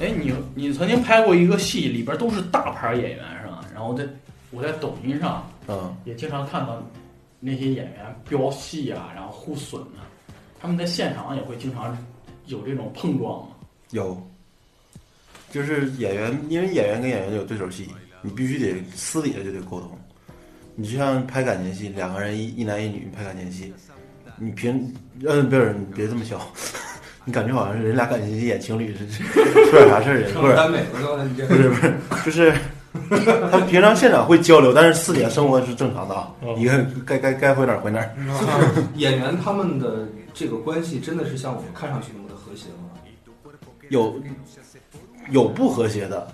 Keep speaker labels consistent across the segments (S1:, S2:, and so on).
S1: 哎你曾经拍过一个戏，里边都是大牌演员是吧？然后在我在抖音上
S2: 嗯，
S1: 也经常看到那些演员飙戏啊，然后互损啊，他们在现场也会经常有这种碰撞嘛。
S2: 有，就是演员，因为演员跟演员有对手戏，你必须得私底下就得沟通。你就像拍感情戏，两个人一一男一女拍感情戏，你凭，嗯，不是，你别这么笑， 你感觉好像是人俩感情戏演情侣是出点啥事儿，不是，
S3: 耽美，我告诉你这
S2: 不是不是，就是 他们平常现场会交流，但是私底下生活是正常的啊。一个该该该回哪儿回哪儿。
S3: 就是演员他们的这个关系真的是像我们看上去那么的和谐吗？
S2: 有有不和谐的，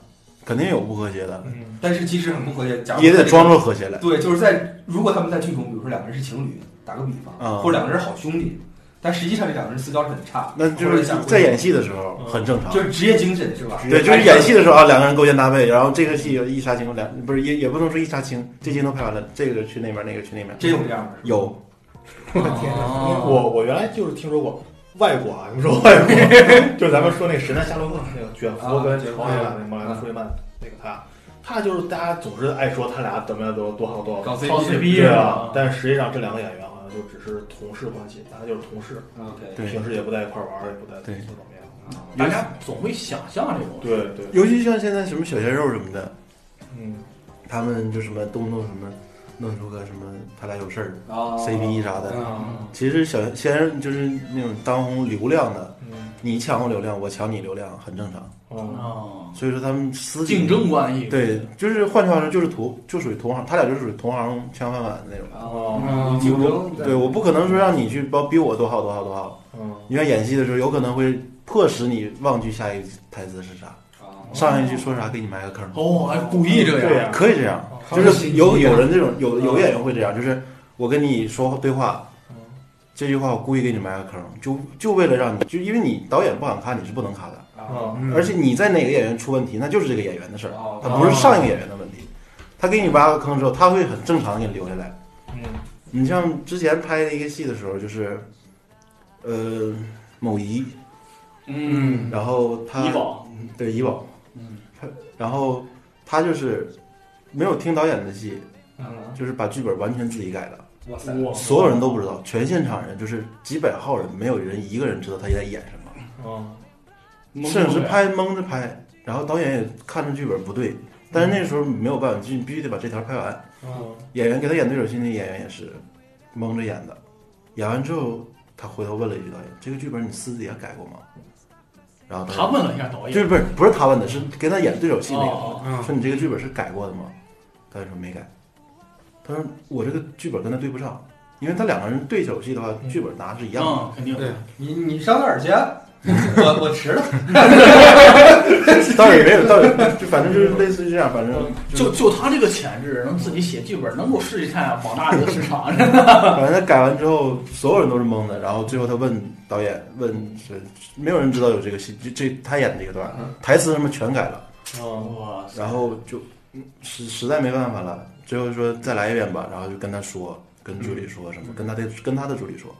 S2: 肯定有不和谐的，
S3: 但是即使很不和谐，假如
S2: 也得装作和谐来。
S3: 对，就是在如果他们在剧中，比如说两个人是情侣，打个比方，
S2: 啊
S3: 或者两个人是好兄弟，但实际上这两个人私交是很差，
S2: 那就
S3: 或者
S2: 是
S3: 想
S2: 在演戏的时候
S4: 嗯
S2: 很正常
S3: 就，是职业精神是吧？
S2: 对，就是演戏的时候啊，两个人勾肩搭背，然后这个戏有一杀青，两不是也也不能说一杀青，这镜头拍完了，这个去那边，那个去那边，
S3: 真有这样的，
S2: 有
S4: 我的天哪！
S1: 哦
S4: 我我原来就是听说过外国啊，你说外国， 就是咱们说那个《神探夏洛克》那个卷福跟毛里曼那毛里曼舒利曼那个他，他就是大家总是爱说他俩怎么样多多好多好，
S3: 搞 CP
S1: 超
S3: 是
S1: CP
S4: 对
S1: 是
S4: 啊
S1: 吧，？
S4: 但是实际上这两个演员好像就只是同事关系，大家就是同事，
S3: OK，
S2: 对
S4: 平时也不在一块玩，也不在
S2: 对
S4: 不怎么样。
S1: 大家总会想象这种。
S4: 对对，
S2: 尤其像现在什么小鲜肉什么的，
S4: 嗯，
S2: 他们就什么动不动什么弄出个什么他俩有事儿
S3: 啊
S2: CP 啥 E 的，嗯
S3: 啊，
S2: 其实小鲜肉就是那种当红流量的，
S4: 嗯，
S2: 你抢我流量，我抢你流量，很正常。
S4: 哦，
S1: 哦，
S2: 所以说他们私底下
S1: 竞争关系。
S2: 对，就是换句话说，就是同就属于同行，他俩就属于同行相反反的那种。
S4: 哦，
S1: 嗯
S3: 竞争
S2: 对，我不可能说让你去包比我多好多好多好。
S4: 嗯，
S2: 你像演戏的时候，有可能会迫使你忘记下一句台词是啥，
S3: 啊，
S2: 上一句说啥给你埋个坑，
S1: 哦，还故意这
S4: 对
S1: 样。
S4: 呀，
S2: 可以这样。
S3: 哦
S2: 就是有有人这种，有有演员会这样，就是我跟你说对话，这句话我故意给你埋个坑，就就为了让你就因为你导演不敢卡，你是不能卡的。
S3: 啊，
S4: 嗯，
S1: 嗯
S2: 而且你在哪个演员出问题，那就是这个演员的事儿，
S3: 哦
S2: 他不是上一个演员的问题。他给你挖个坑之后，他会很正常的给你留下来。
S4: 嗯，
S2: 你像之前拍的一个戏的时候，就是，呃，某仪，
S1: 嗯，
S2: 然后他
S1: 医保。
S2: 对怡宝，
S1: 嗯
S2: 然后他就是没有听导演的戏，
S3: 嗯
S2: 就是把剧本完全自己改的，
S3: 哇塞，
S1: 我
S2: 所有人都不知道，全现场人就是几百号人，没有人一个人知道他在演什么，
S4: 哦，
S2: 摄影师拍蒙着拍，然后导演也看着剧本不对，但是那时候没有办法，就你必须得把这条拍完。
S3: 啊
S4: 哦，
S2: 演员给他演对手戏那演员也是蒙着演的，演完之后他回头问了一句导演：“这个剧本你私底下改过吗？”然后
S1: 他
S2: 导
S1: 问了一下导演，
S2: 演就是不是不是他问的，是跟他演对手戏那个。
S1: 哦，
S2: 说你这个剧本是改过的吗？导演说没改。他说我这个剧本跟他对不上，因为他两个人对手戏的话，
S4: 嗯
S2: 剧本拿的是一
S1: 一
S2: 样的。
S1: 样，肯定
S4: 对
S3: 你你上哪儿去？啊我我迟了，
S2: 倒也没有，倒也就反正就是类似于这样，反正
S1: 就就他这个潜质，能自己写剧本，能够试一看广大这个市场，
S2: 反正他改完之后，所有人都是懵的。然后最后他问导演，问是没有人知道有这个戏，这这他演的这个段
S3: 嗯
S2: 台词什么全改了，
S4: 哦，
S1: 哇塞
S2: 然后就嗯实实在没办法了，最后说再来一遍吧，然后就跟他说，跟助理说什
S3: 嗯
S2: 么，跟他的跟他的助理说。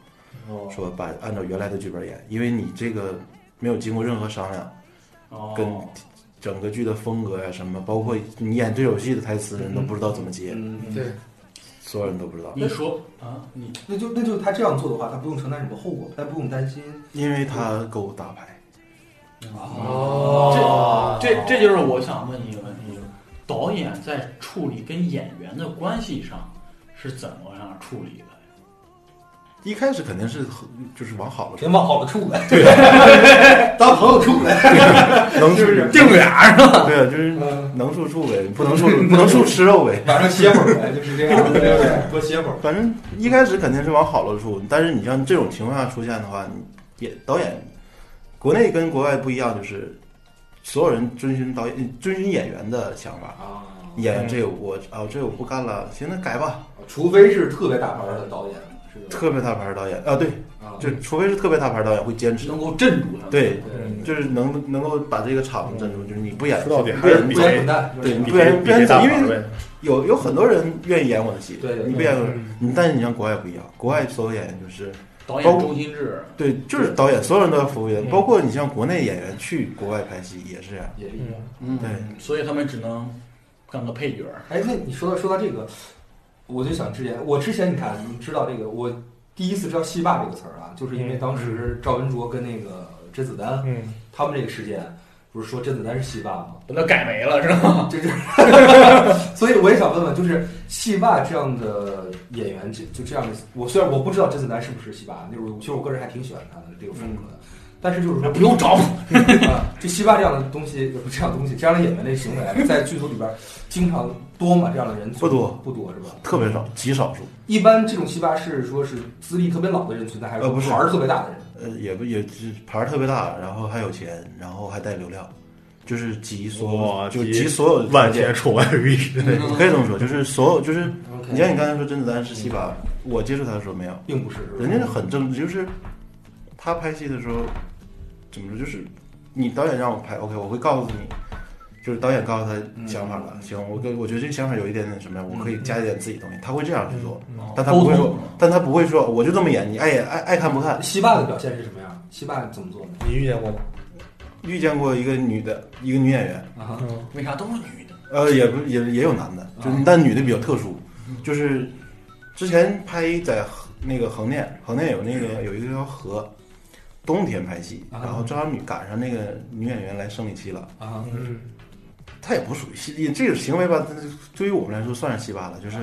S4: 哦，
S2: 说把按照原来的剧本演，因为你这个没有经过任何商量，
S1: 哦
S2: 跟整个剧的风格呀、什么，包括你演对手戏的台词，人都不知道怎么接，
S3: 嗯，
S4: 对，
S2: 所有人都不知道，
S1: 你说啊，你
S3: 那就那就他这样做的话，他不用承担什么后果，他不用担心
S2: 因为他够大牌。
S4: 哦
S1: 这这就是我想问你一个问题：导演在处理跟演员的关系上是怎么样处理的？
S2: 一开始肯定是很就是往好了
S3: 别往好了处呗，当朋友处呗，
S2: 说， 能
S3: 就是
S1: 定俩是吧？
S2: 对啊，就是
S3: 嗯，
S2: 能处处呗，不能处不能处吃肉呗。
S3: 晚上歇会儿呗，就是这样，对，多歇会儿。
S2: 反正一开始肯定是往好了处，但是你像这种情况下出现的话，你也导演，国内跟国外不一样，就是所有人遵循导演遵循演员的想法。
S3: 啊，
S2: 演员
S4: 嗯
S2: 这个我啊这个我不干了，行，那改吧。
S3: 除非是特别大牌的导演，是吧？
S2: 特别大牌导演啊，对，
S3: 啊，
S2: 就除非是特别大牌导演会坚持，
S1: 能够镇住他们。
S2: 对，
S4: 嗯，
S2: 就是能能够把这个场子镇住，就是你不演
S4: 说到底
S2: 不
S4: 还是
S2: 演
S4: 比
S3: 不
S4: 谁
S3: 然滚蛋，就是
S2: 对
S3: 这样
S2: 你
S4: 比
S2: 不然
S4: 谁比谁大牌
S2: 因
S4: 呗，
S2: 有有很多人愿意演我的戏，
S3: 对对
S4: 嗯
S2: 你不演我的，你但是你像国外不一样，国外所有演员就是
S1: 导演中心制，
S2: 对，
S4: 嗯
S2: 就是导演，所有人都要服务于，包括你像国内演员去国外拍戏也是这样。
S3: 也是一
S1: 嗯
S3: 样。
S1: 嗯，
S2: 对，
S1: 所以他们只能干个配角儿，
S3: 哎，那你说到说到这个，我就想之前，我之前你看，你知道这个，我第一次知道戏霸这个词儿啊，就是因为
S1: 嗯
S3: 当时赵文卓跟那个甄子丹
S4: 嗯，
S3: 他们这个事件，不是说甄子丹是戏霸吗？
S1: 把它改没了是吗？
S3: 这是， 所以我也想问问，就是戏霸这样的演员，就就这样的，我虽然我不知道甄子丹是不是戏霸，就是我其实我个人还挺喜欢他的这个风格的，但是就是说
S1: 嗯不用找我，
S3: 啊，这西巴这样的东西，不这样的东西，这样的演员的行为，啊在剧组里边儿经常多嘛？这样的人
S2: 不多，
S3: 不多是吧？
S2: 特别
S4: 嗯
S2: 少，极少数。
S3: 一般这种西巴是说是资历特别老的人存在，还是
S2: 呃不是
S3: 牌儿特别大的人？
S2: 呃，也不也只牌儿特别大，然后还有钱，然后还带流量，就是集所
S4: 哇
S2: 有，就
S4: 集
S2: 集所有的
S4: 万
S2: 条件
S4: 千。嗯宠爱于一身。
S2: 对，可以这么说，就是所有就是，
S3: OK
S2: 你像你刚才说甄子丹是戏法，我接触他的时候没有，
S3: 并不是，是吧
S2: 人家很正，就是他拍戏的时候，怎么说就是，你导演让我拍，OK，我会告诉你，就是导演告诉他想法了，行，我跟我觉得这个想法有一点点什么呀，我可以加一点自己东西，他会这样去做，
S4: 嗯
S2: 但他不会
S1: 沟
S2: 说
S1: 通，
S2: 但他不会说我就这么演，你爱演爱爱看不看。
S3: 西巴的表现是什么样？西巴怎么做的？
S4: 嗯你遇见过吗？
S2: 遇见过一个女的，一个女演员，
S3: 啊哈，
S4: 嗯，
S1: 为啥都是女的？
S2: 呃，也不也也有男的，就
S3: 啊
S2: 但女的比较特殊，就是之前拍在横那个横店，横店有那个有一个条河，冬天拍戏，
S3: 啊
S2: 然后正好女赶上那个女演员来生理期了，
S3: 啊哈，
S4: 嗯，
S2: 她也不属于戏，这个行为吧，对于我们来说算是戏霸了，就是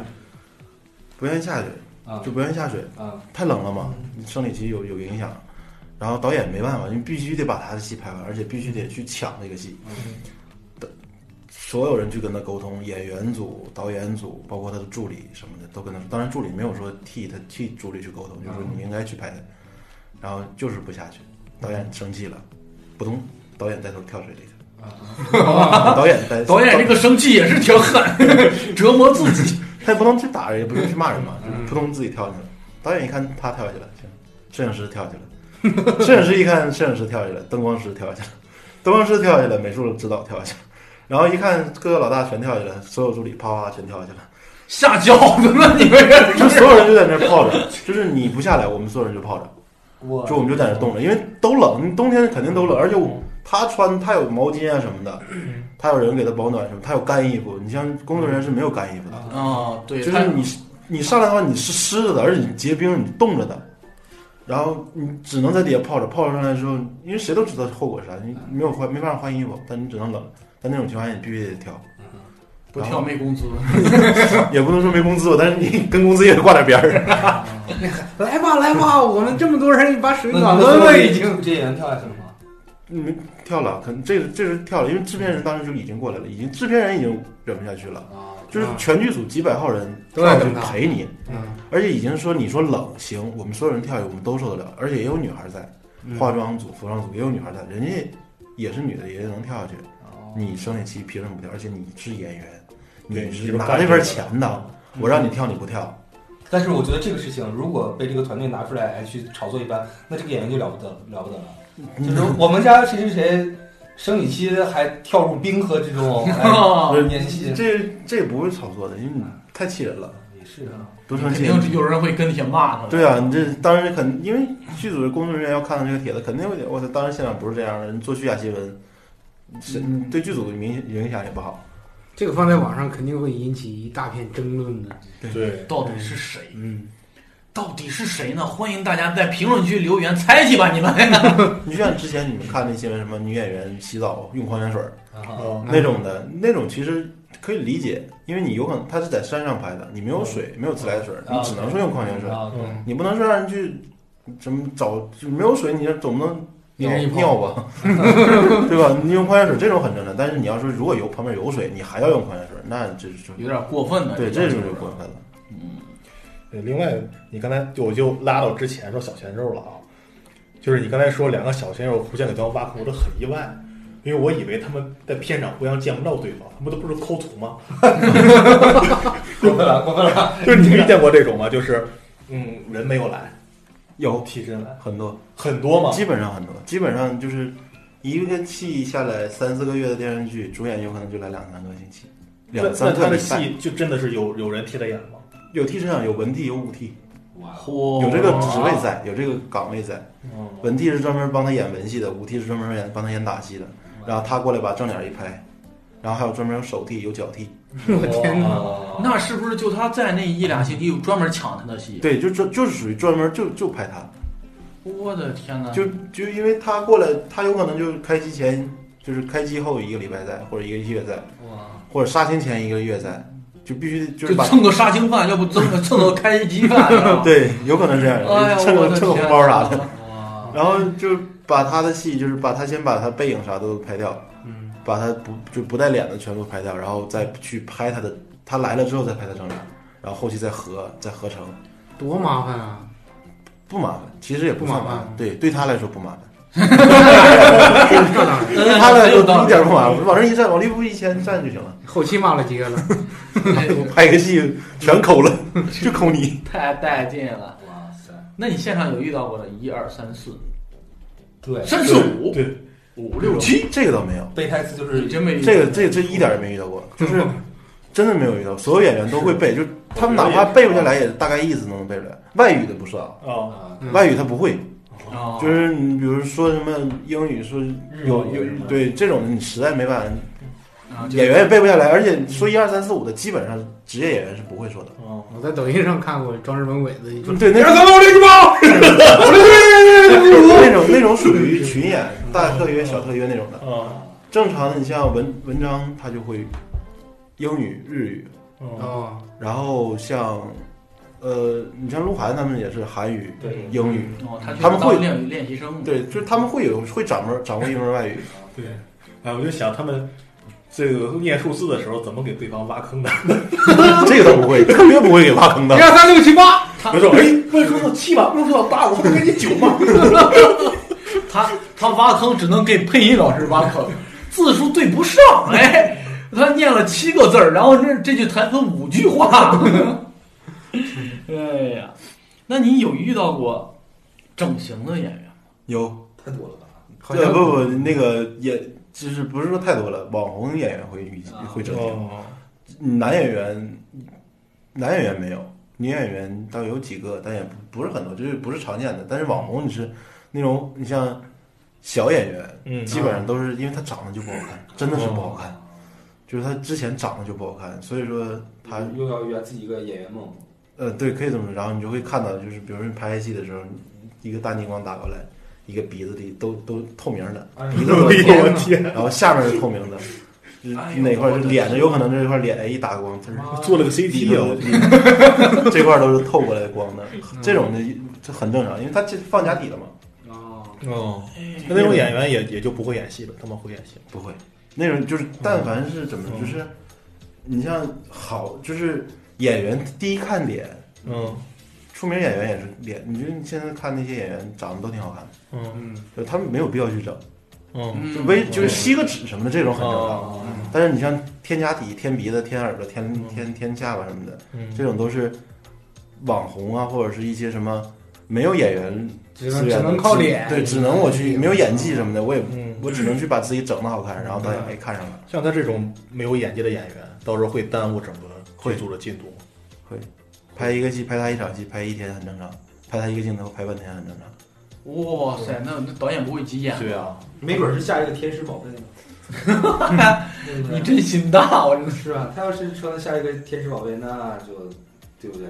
S2: 不愿意下水，
S3: 啊
S2: 就不愿意下水，
S3: 啊
S2: 太冷了嘛，你生理期有有影响，然后导演没办法，你必须得把他的戏拍完，而且必须得去抢这个戏。
S1: 嗯
S2: 的所有人去跟他沟通，演员组、导演组，包括他的助理什么的，都跟他说。当然，助理没有说替他替助理去
S1: 嗯
S2: 沟通，就是说你应该去拍的，然后就是不下去，导演生气了，扑通，导演带头跳水里去，
S3: 啊！
S2: 导演带
S1: 导演这个生气也是挺狠， 折磨自己。
S2: 他也不能去打人，也不能去骂人嘛，就是扑通自己跳进来。导演一看他跳下去了，行，摄影师跳下去了，摄影师一看摄影师跳下去了，灯光师跳下去了，灯光师跳下去了，美术指导跳下去了，然后一看各个老大全跳下去了，所有助理啪啪啪全跳下去了，
S1: 下饺子呢？你们这
S2: 就所有人就在那儿泡着，就是你不下来，我们所有人就泡着，
S3: 我
S2: 就我们就在那儿冻着，因为都冷，冬天肯定都冷，而且我他穿他有毛巾啊什么的，他有人给他保暖什么，他有干衣服，你像工作人员是没有干衣服的。
S3: 啊
S1: 啊，对，
S2: 就
S1: 他
S2: 是你你上来的话，你是湿着的，而且你结冰，你冻着的，然后你只能在底下泡着，泡着上来之后，因为谁都知道后果是啥，你没有换没办法换衣服，但你只能冷。但那种情况下，你必须得跳，
S5: 嗯
S1: 不跳没工资，
S2: 也不能说没工资吧，但是你跟工资也得挂点边儿。
S5: 来吧来吧，我们这么多人，把水
S3: 那
S5: 暖
S3: 那
S5: 温
S3: 那
S5: 了已经。
S3: 这演员跳下去了吗？
S2: 你跳了，可能这是这是跳了，因为制片人当时就已经过来了，已经制片人已经忍不下去了，
S3: 啊，
S2: 就是全剧组几百号人
S5: 都在
S2: 跳去
S5: 等他
S2: 陪你，
S5: 嗯，
S2: 而且已经说你说冷行，我们所有人跳下去我们都受得了，而且也有女孩在，化妆组、服装组也有女孩在，人家也是女的，也能跳下去。
S3: 哦
S2: 你生理期凭什么不跳？而且你是演员，
S4: 对
S2: 你
S4: 你
S2: 是
S4: 就
S2: 拿
S4: 干
S2: 这
S4: 这
S2: 份
S4: 个嗯
S2: 钱的，我让你跳你不跳，
S3: 但是我觉得这个事情如果被这个团队拿出来哎去炒作一番，那这个演员就了不得了了不得了。就是
S2: 嗯
S3: 我们家谁谁谁生理期还跳入冰河之中，
S1: 啊
S3: 哎
S2: 不是
S3: 演戏
S2: 这这不是炒作的，因为你太气人了，
S3: 也是啊，
S2: 多生
S1: 肯
S2: 气！
S1: 定有人会跟帖骂他。
S2: 对啊，你这当然肯，因为剧组的工作人员要看到这个帖子，肯定会觉得我操，当然现场不是这样的，你做虚假新闻，是对剧组的影响影响也不好。
S5: 这个放在网上肯定会引起一大片争论的。
S2: 嗯
S4: 对，
S1: 到底是谁？
S5: 嗯，
S1: 到底是谁呢？欢迎大家在评论区留言猜忌吧，你们。
S2: 你就像之前你们看那新闻，什么女演员洗澡用矿泉水儿
S3: 啊
S4: 嗯，
S2: 那种的，那种其实可以理解，因为你有可能它是在山上拍的，你没有水，
S1: 嗯
S2: 没有自来水，你只能说用矿泉水，
S3: 啊，对
S2: 你不能说让人去怎么找，就没有水，你总不能
S1: 一人一泡
S2: 尿吧， 对吧？你用矿泉水这种很正常，但是你要说如果有旁边有水，你还要用矿泉水，那这是
S1: 有点过分了，
S2: 对，
S1: 这嗯
S2: 这就就过分了。
S4: 对另外，你刚才我就拉到之前说小鲜肉了啊，就是你刚才说两个小鲜肉互相给对方挖苦，我都很意外，因为我以为他们在片场互相见不到对方，他们都不是抠图吗？
S3: 过分了过分了，
S4: 就是你遇见过这种吗？就是，嗯，人没有来，
S2: 有
S4: 替身来，
S2: 很多，
S4: 很多吗？
S2: 基本上很多，基本上就是一个戏下来三四个月的电视剧，主演有可能就来两三个星期，
S4: 那
S2: 两三
S4: 那
S2: 个
S4: 他的
S2: 礼拜。
S4: 戏就真的是有有人替他演吗？
S2: 有替身啊，有文替，有武替，
S3: 哇，
S4: 哦
S1: 嚯
S2: 有这个职位在，有这个岗位在。
S4: 嗯，
S2: 文帝是专门帮他演文戏的，武帝是专门演帮他演打戏的，然后他过来把正脸一拍，然后还有专门有手替有脚替，
S5: 我天哪！
S3: 哪
S1: 那是不是就他在那一俩星期有专门抢他的戏？
S2: 对，就专就是属于专门就就拍他，
S1: 我的天
S4: 啊
S1: 哪！
S2: 就就因为他过来，他有可能就是开机前就是开机后一个礼拜在，或者一个月在，
S1: 哇，
S2: 或者杀青前一个月在，就必须就
S1: 就是
S2: 把
S1: 蹭个杀青饭，要不 蹭个蹭个开一鸡饭，是吧，
S2: 对，有可能这样，
S1: 哎呀，
S2: 蹭
S1: 我
S2: 个
S1: 的
S2: 蹭个
S1: 天
S2: 红包啥的，
S1: 哪。哇，
S2: 然后就把他的戏就是把他先把他背影啥都拍掉，
S1: 嗯，
S2: 把他不就不带脸的全部拍掉，然后再去拍他的，他来了之后再拍他正脸，然后后期再合再合成，
S5: 多麻烦啊！
S2: 不麻烦，其实也不算
S5: 不麻
S2: 烦
S5: 烦，
S2: 对，对他来说 不麻烦，
S5: 那当然，
S1: 嗯
S2: 他来
S1: 很
S2: 说
S1: 有道
S2: 一
S1: 理
S2: 点 不麻烦，往上一站，往立步一前站就行了，
S5: 后期骂了几个了，
S1: 哎
S2: 拍个戏全 抠了，就抠你，
S1: 太带劲了。
S3: 哇塞，
S1: 那你现场有遇到过的一二三四
S3: 对，
S1: 三四五
S4: 对，
S1: 五六七？
S2: 七这个倒没有，
S3: 背台词就
S1: 你
S3: 是
S1: 真没遇到
S2: 这个这个这一点也没遇到过，就是真的没有遇到，所有演员都会背，就他们哪怕背不下来，也大概意思能背出来，外语的不算啊，
S4: 啊，
S3: 啊，
S5: 嗯
S2: 外语他不会。
S1: 啊，
S2: 就是你比如说什么英语，说
S4: 日
S2: 有
S4: 语
S2: 有
S4: 什么的
S2: 对这种你实在没办
S1: 啊
S2: 法，
S1: 就
S2: 演员也背不下来，而且说一二三四五的，基本上职业演员是不会说的。
S4: 嗯，
S5: 我在抖音上看过装日本鬼子，
S2: 对，那种
S5: 我这个包，
S2: 那种那种属于群演，大特约、小特约那种的。
S4: 嗯，
S2: 正常的，你像文文章，他就会英语、日语，
S4: 嗯，
S5: 哦，
S2: 然后像呃，你像鹿晗他们也是韩语、
S4: 对
S2: 英语，
S1: 哦，他去
S2: 他们
S1: 当
S2: 会
S1: 练练习生，，
S2: 对，就是他们会有会掌门掌握一门外语。
S4: 对，哎，我就想他们这个念数字的时候怎么给对方挖坑的，
S2: 这个他不会，特别不会给挖坑的
S5: 一。二三六七八，
S4: 他说，哎，不是说到七吗？不是说到八，我不是给你九
S6: 哦
S4: 吗？
S1: 他他挖坑只能给配音老师挖坑，字数对不上，哎，他念了七个字儿，然后这这句台词五句话， 哎呀，那你有遇到过整形的演员吗？
S2: 有
S3: 太多了吧？
S5: 好
S2: 对，
S5: 像
S2: 不不，那个也就是不是说太多了，网红演员会遇
S1: 啊
S2: 会整形，
S4: 哦，
S2: 男演员男演员没有，女演员倒有几个，但也不不是很多，就是不是常见的。但是网红你是那种你像小演员，
S4: 嗯，
S2: 基本上都是因为他长得就不好看，真的是不好看，就是他之前长得就不好看，所以说他
S3: 又要圆自己一个演员梦，
S2: 呃，对，可以这么说。然后你就会看到，就是比如说你拍戏的时候，一个大逆光打过来，一个鼻子里都都透明的，
S3: 哎
S2: 鼻子
S4: 哎呦
S2: 都是透
S4: 我天，
S2: 然后下面是透明的，就是
S1: 哎呦
S2: 哪块
S1: 我
S2: 儿
S1: 的
S2: 是脸上有可能这块脸哎一打光，它是
S4: 做了个
S2: 里
S4: CT
S2: 头
S4: 啊，
S2: 里头这块儿都是透过来光的，这种的这很正常，因为它这放假底了嘛，
S3: 嗯
S5: 哦，
S4: 哦，
S1: 哎
S4: 那那种演员也也就不会演戏了，他们会演戏，
S2: 不会那种就是但凡是怎么就是，你像好就是演员第一看脸，
S4: 嗯
S2: 出名演员也是脸，你就现在看那些演员长得都挺好看，
S4: 嗯
S5: 嗯，
S2: 就他们没有必要去整，
S4: 嗯，
S2: 就
S1: 嗯
S2: 微就是吸个脂什么的这种
S5: 嗯
S2: 很正常，
S3: 啊
S4: 哦，
S2: 但是你像添加底、添鼻子、添耳朵、添添添下巴什么的。
S4: 嗯
S2: 这种都是网红啊，或者是一些什么没有演员
S5: 只能
S2: 资源的，
S5: 只能
S3: 嗯
S5: 靠脸，
S2: 对，只能我去没有演技什么的，我也
S4: 嗯，
S2: 我只能去把自己整的好看，然后大家
S5: 嗯
S2: 哎看上了，
S4: 像他这种没有演技的演员，到时候会耽误整个剧组的进度。
S2: 拍一个戏，拍他一场戏，拍一天很正常，拍他一个镜头，拍半天很正常。
S1: 哇塞，那那导演不会急眼吗
S4: 对啊，
S3: 没准是下一个天使宝贝呢。 对不对
S1: 你真心大，我真的
S3: 是吧？他要是说他下一个天使宝贝，那就对不对？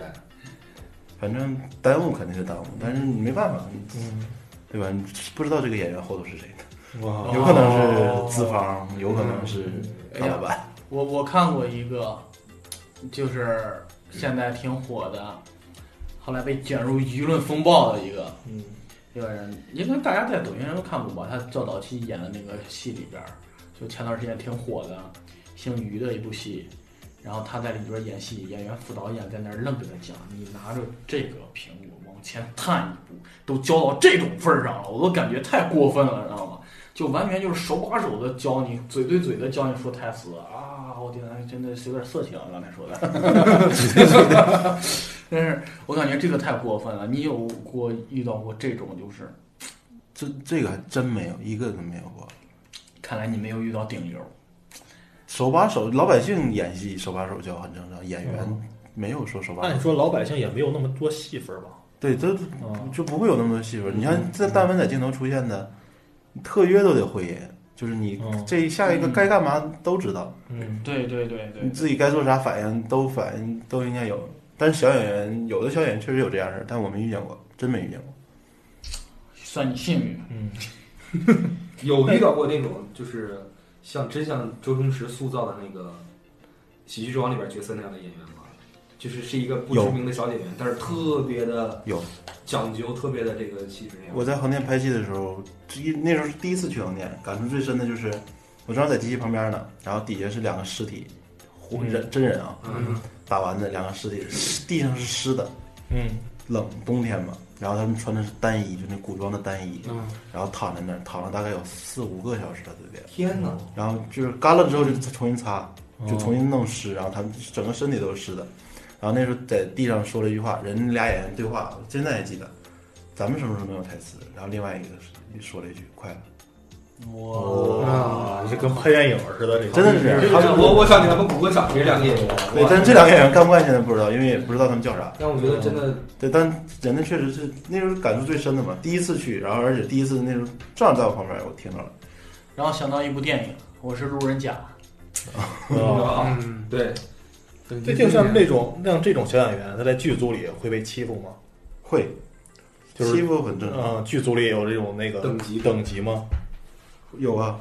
S2: 反正耽误肯定是耽误，但是你没办法，你
S4: 嗯，
S2: 对吧？你不知道这个演员后头是谁的，
S5: 哦
S4: 哇
S2: 有可能是资方，有可能是
S5: 嗯
S2: 大老
S5: 哎
S2: 板。
S1: 我我看过一个，就是现在挺火的，后来被卷入舆论风暴的一个
S4: 嗯
S1: 一个人，应该大家在抖音上都看过吧？他较早期演的那个戏里边儿，就前段时间挺火的，姓于的一部戏，然后他在里边演戏，演员副导演在那儿愣给他讲：“你拿着这个苹果往前探一步，都教到这种份儿上了，我都感觉太过分了，知道吗？” 就完全就是手把手的教你，嘴对嘴的教你说 台词啊！我天，真的是有点色情啊，刚才说的。 但是我感觉这个太过分了。你有过遇到过这种就是？
S2: 这这个还真没有，一个都没有过。
S1: 看来你没有遇到顶流。
S5: 哦
S2: 手把手，老百姓演戏手把手教很正常，演员没有说手把
S6: 按
S2: 手，
S6: 说老百姓也没有那么多戏份吧？
S2: 对，都
S4: 嗯
S6: 啊，
S2: 就不会有那么多戏份。你看，在但凡在镜头出现的，特约都得会演，就是你
S6: 嗯
S2: 这下一个
S1: 嗯
S2: 该干嘛都知道，
S6: 嗯，
S1: 对对对对
S2: 你，自己该做啥反应都反应都应该有。但是小演员有的小演员确实有这样的事儿，但我没遇见过，真没遇见过。
S1: 算你幸运。
S6: 嗯，
S3: 有遇到过那种就是像真像周星驰塑造的那个《喜剧之王》里边角色那样的演员吗？就是是一个不知
S2: 有
S3: 名的小演员，但是特别的
S2: 有
S3: 讲究，特别的这个气质那样。
S2: 我在横店拍戏的时候，这一那时候是第一次去横店，感触最深的就是，我正好在机器旁边呢，然后底下是两个尸体，活人真人啊，
S3: 嗯，
S2: 打完的两个尸体，地上是湿的，
S6: 嗯，
S2: 冷冬天嘛，然后他们穿的是单衣，就那古装的单衣，
S5: 嗯，
S2: 然后躺在那儿躺了大概有四五个小时了，对不
S3: 天哪！
S2: 对？然后就是干了之后就重新擦，就重
S6: 哦
S2: 新弄湿，然后他们整个身体都是湿的。然后那时候在地上说了一句话，人俩演员对话，我现在也记得。咱们什么时候没有台词？然后另外一个是说了一句“快了
S6: 哇，
S4: 啊
S6: 这跟拍电影似哦的，这”，
S2: 真的是他们
S3: 我我想给他们鼓个掌，这两个演员。
S2: 对，但是这两个演员干不干现在不知道，因为也不知道他们叫啥。
S3: 但我觉得真的
S2: 对，但人家确实是那时候感触最深的嘛，第一次去，然后而且第一次那时候正好在我旁边，我听到了。
S1: 然后想到一部电影，我是路人甲，
S6: 啊
S3: 啊，
S5: 嗯，
S3: 对，
S6: 这就像那种像这种小演员，他在剧组里会被欺负吗？
S2: 会，
S6: 就是
S2: 欺负很正常。
S6: 嗯，剧组里有这种那个
S3: 等级
S6: 等级吗？
S2: 有啊，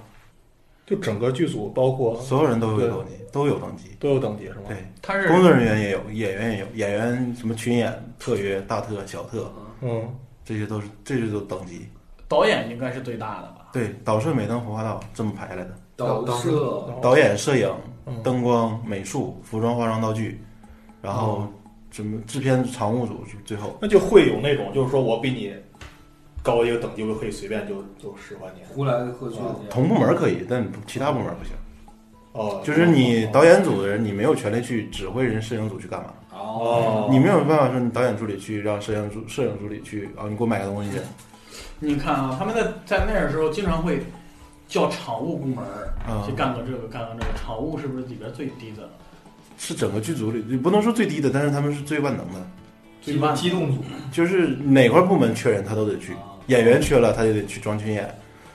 S6: 就整个剧组包括
S2: 所有人都会有等级，都有等级。
S6: 都有等级是吗？
S2: 对，
S1: 他是
S2: 工作人员也有，演员也有，演员什么群演、特约、大特、小特，
S6: 嗯，
S2: 这些都是这些都等级。
S1: 导演应该是最大的吧？
S2: 对，导射、美灯、服化道这么排来的。
S3: 导射
S2: 导演、摄影、
S6: 哦嗯
S2: 灯光、美术、服装、化妆、道具，然后
S6: 哦
S2: 什么制片、常务组是最后。
S6: 那就会有那种就是说我比你高一个等级，我就可以随便就就使唤你。
S3: 呼来喝去的这样。
S2: 哦同部门可以，但其他部门不行。
S6: 哦，
S2: 就是你导
S6: 演
S2: 演组的人，你没有权利去指挥人摄影组去干嘛。
S6: 哦，
S2: 你没有办法说你导演助理去让摄影助摄影助理去啊，你给我买个东西去
S1: 你看啊，他们在在那儿的时候经常会叫场务部门儿
S2: 啊
S1: 去，干个这个干个这个，场务是不是里边最低的？
S2: 是整个剧组里你不能说最低的，但是他们是最万能的，
S1: 最慢
S3: 机动组啊
S2: 就是哪块部门缺人他都得去，演员缺了他就得去装群演，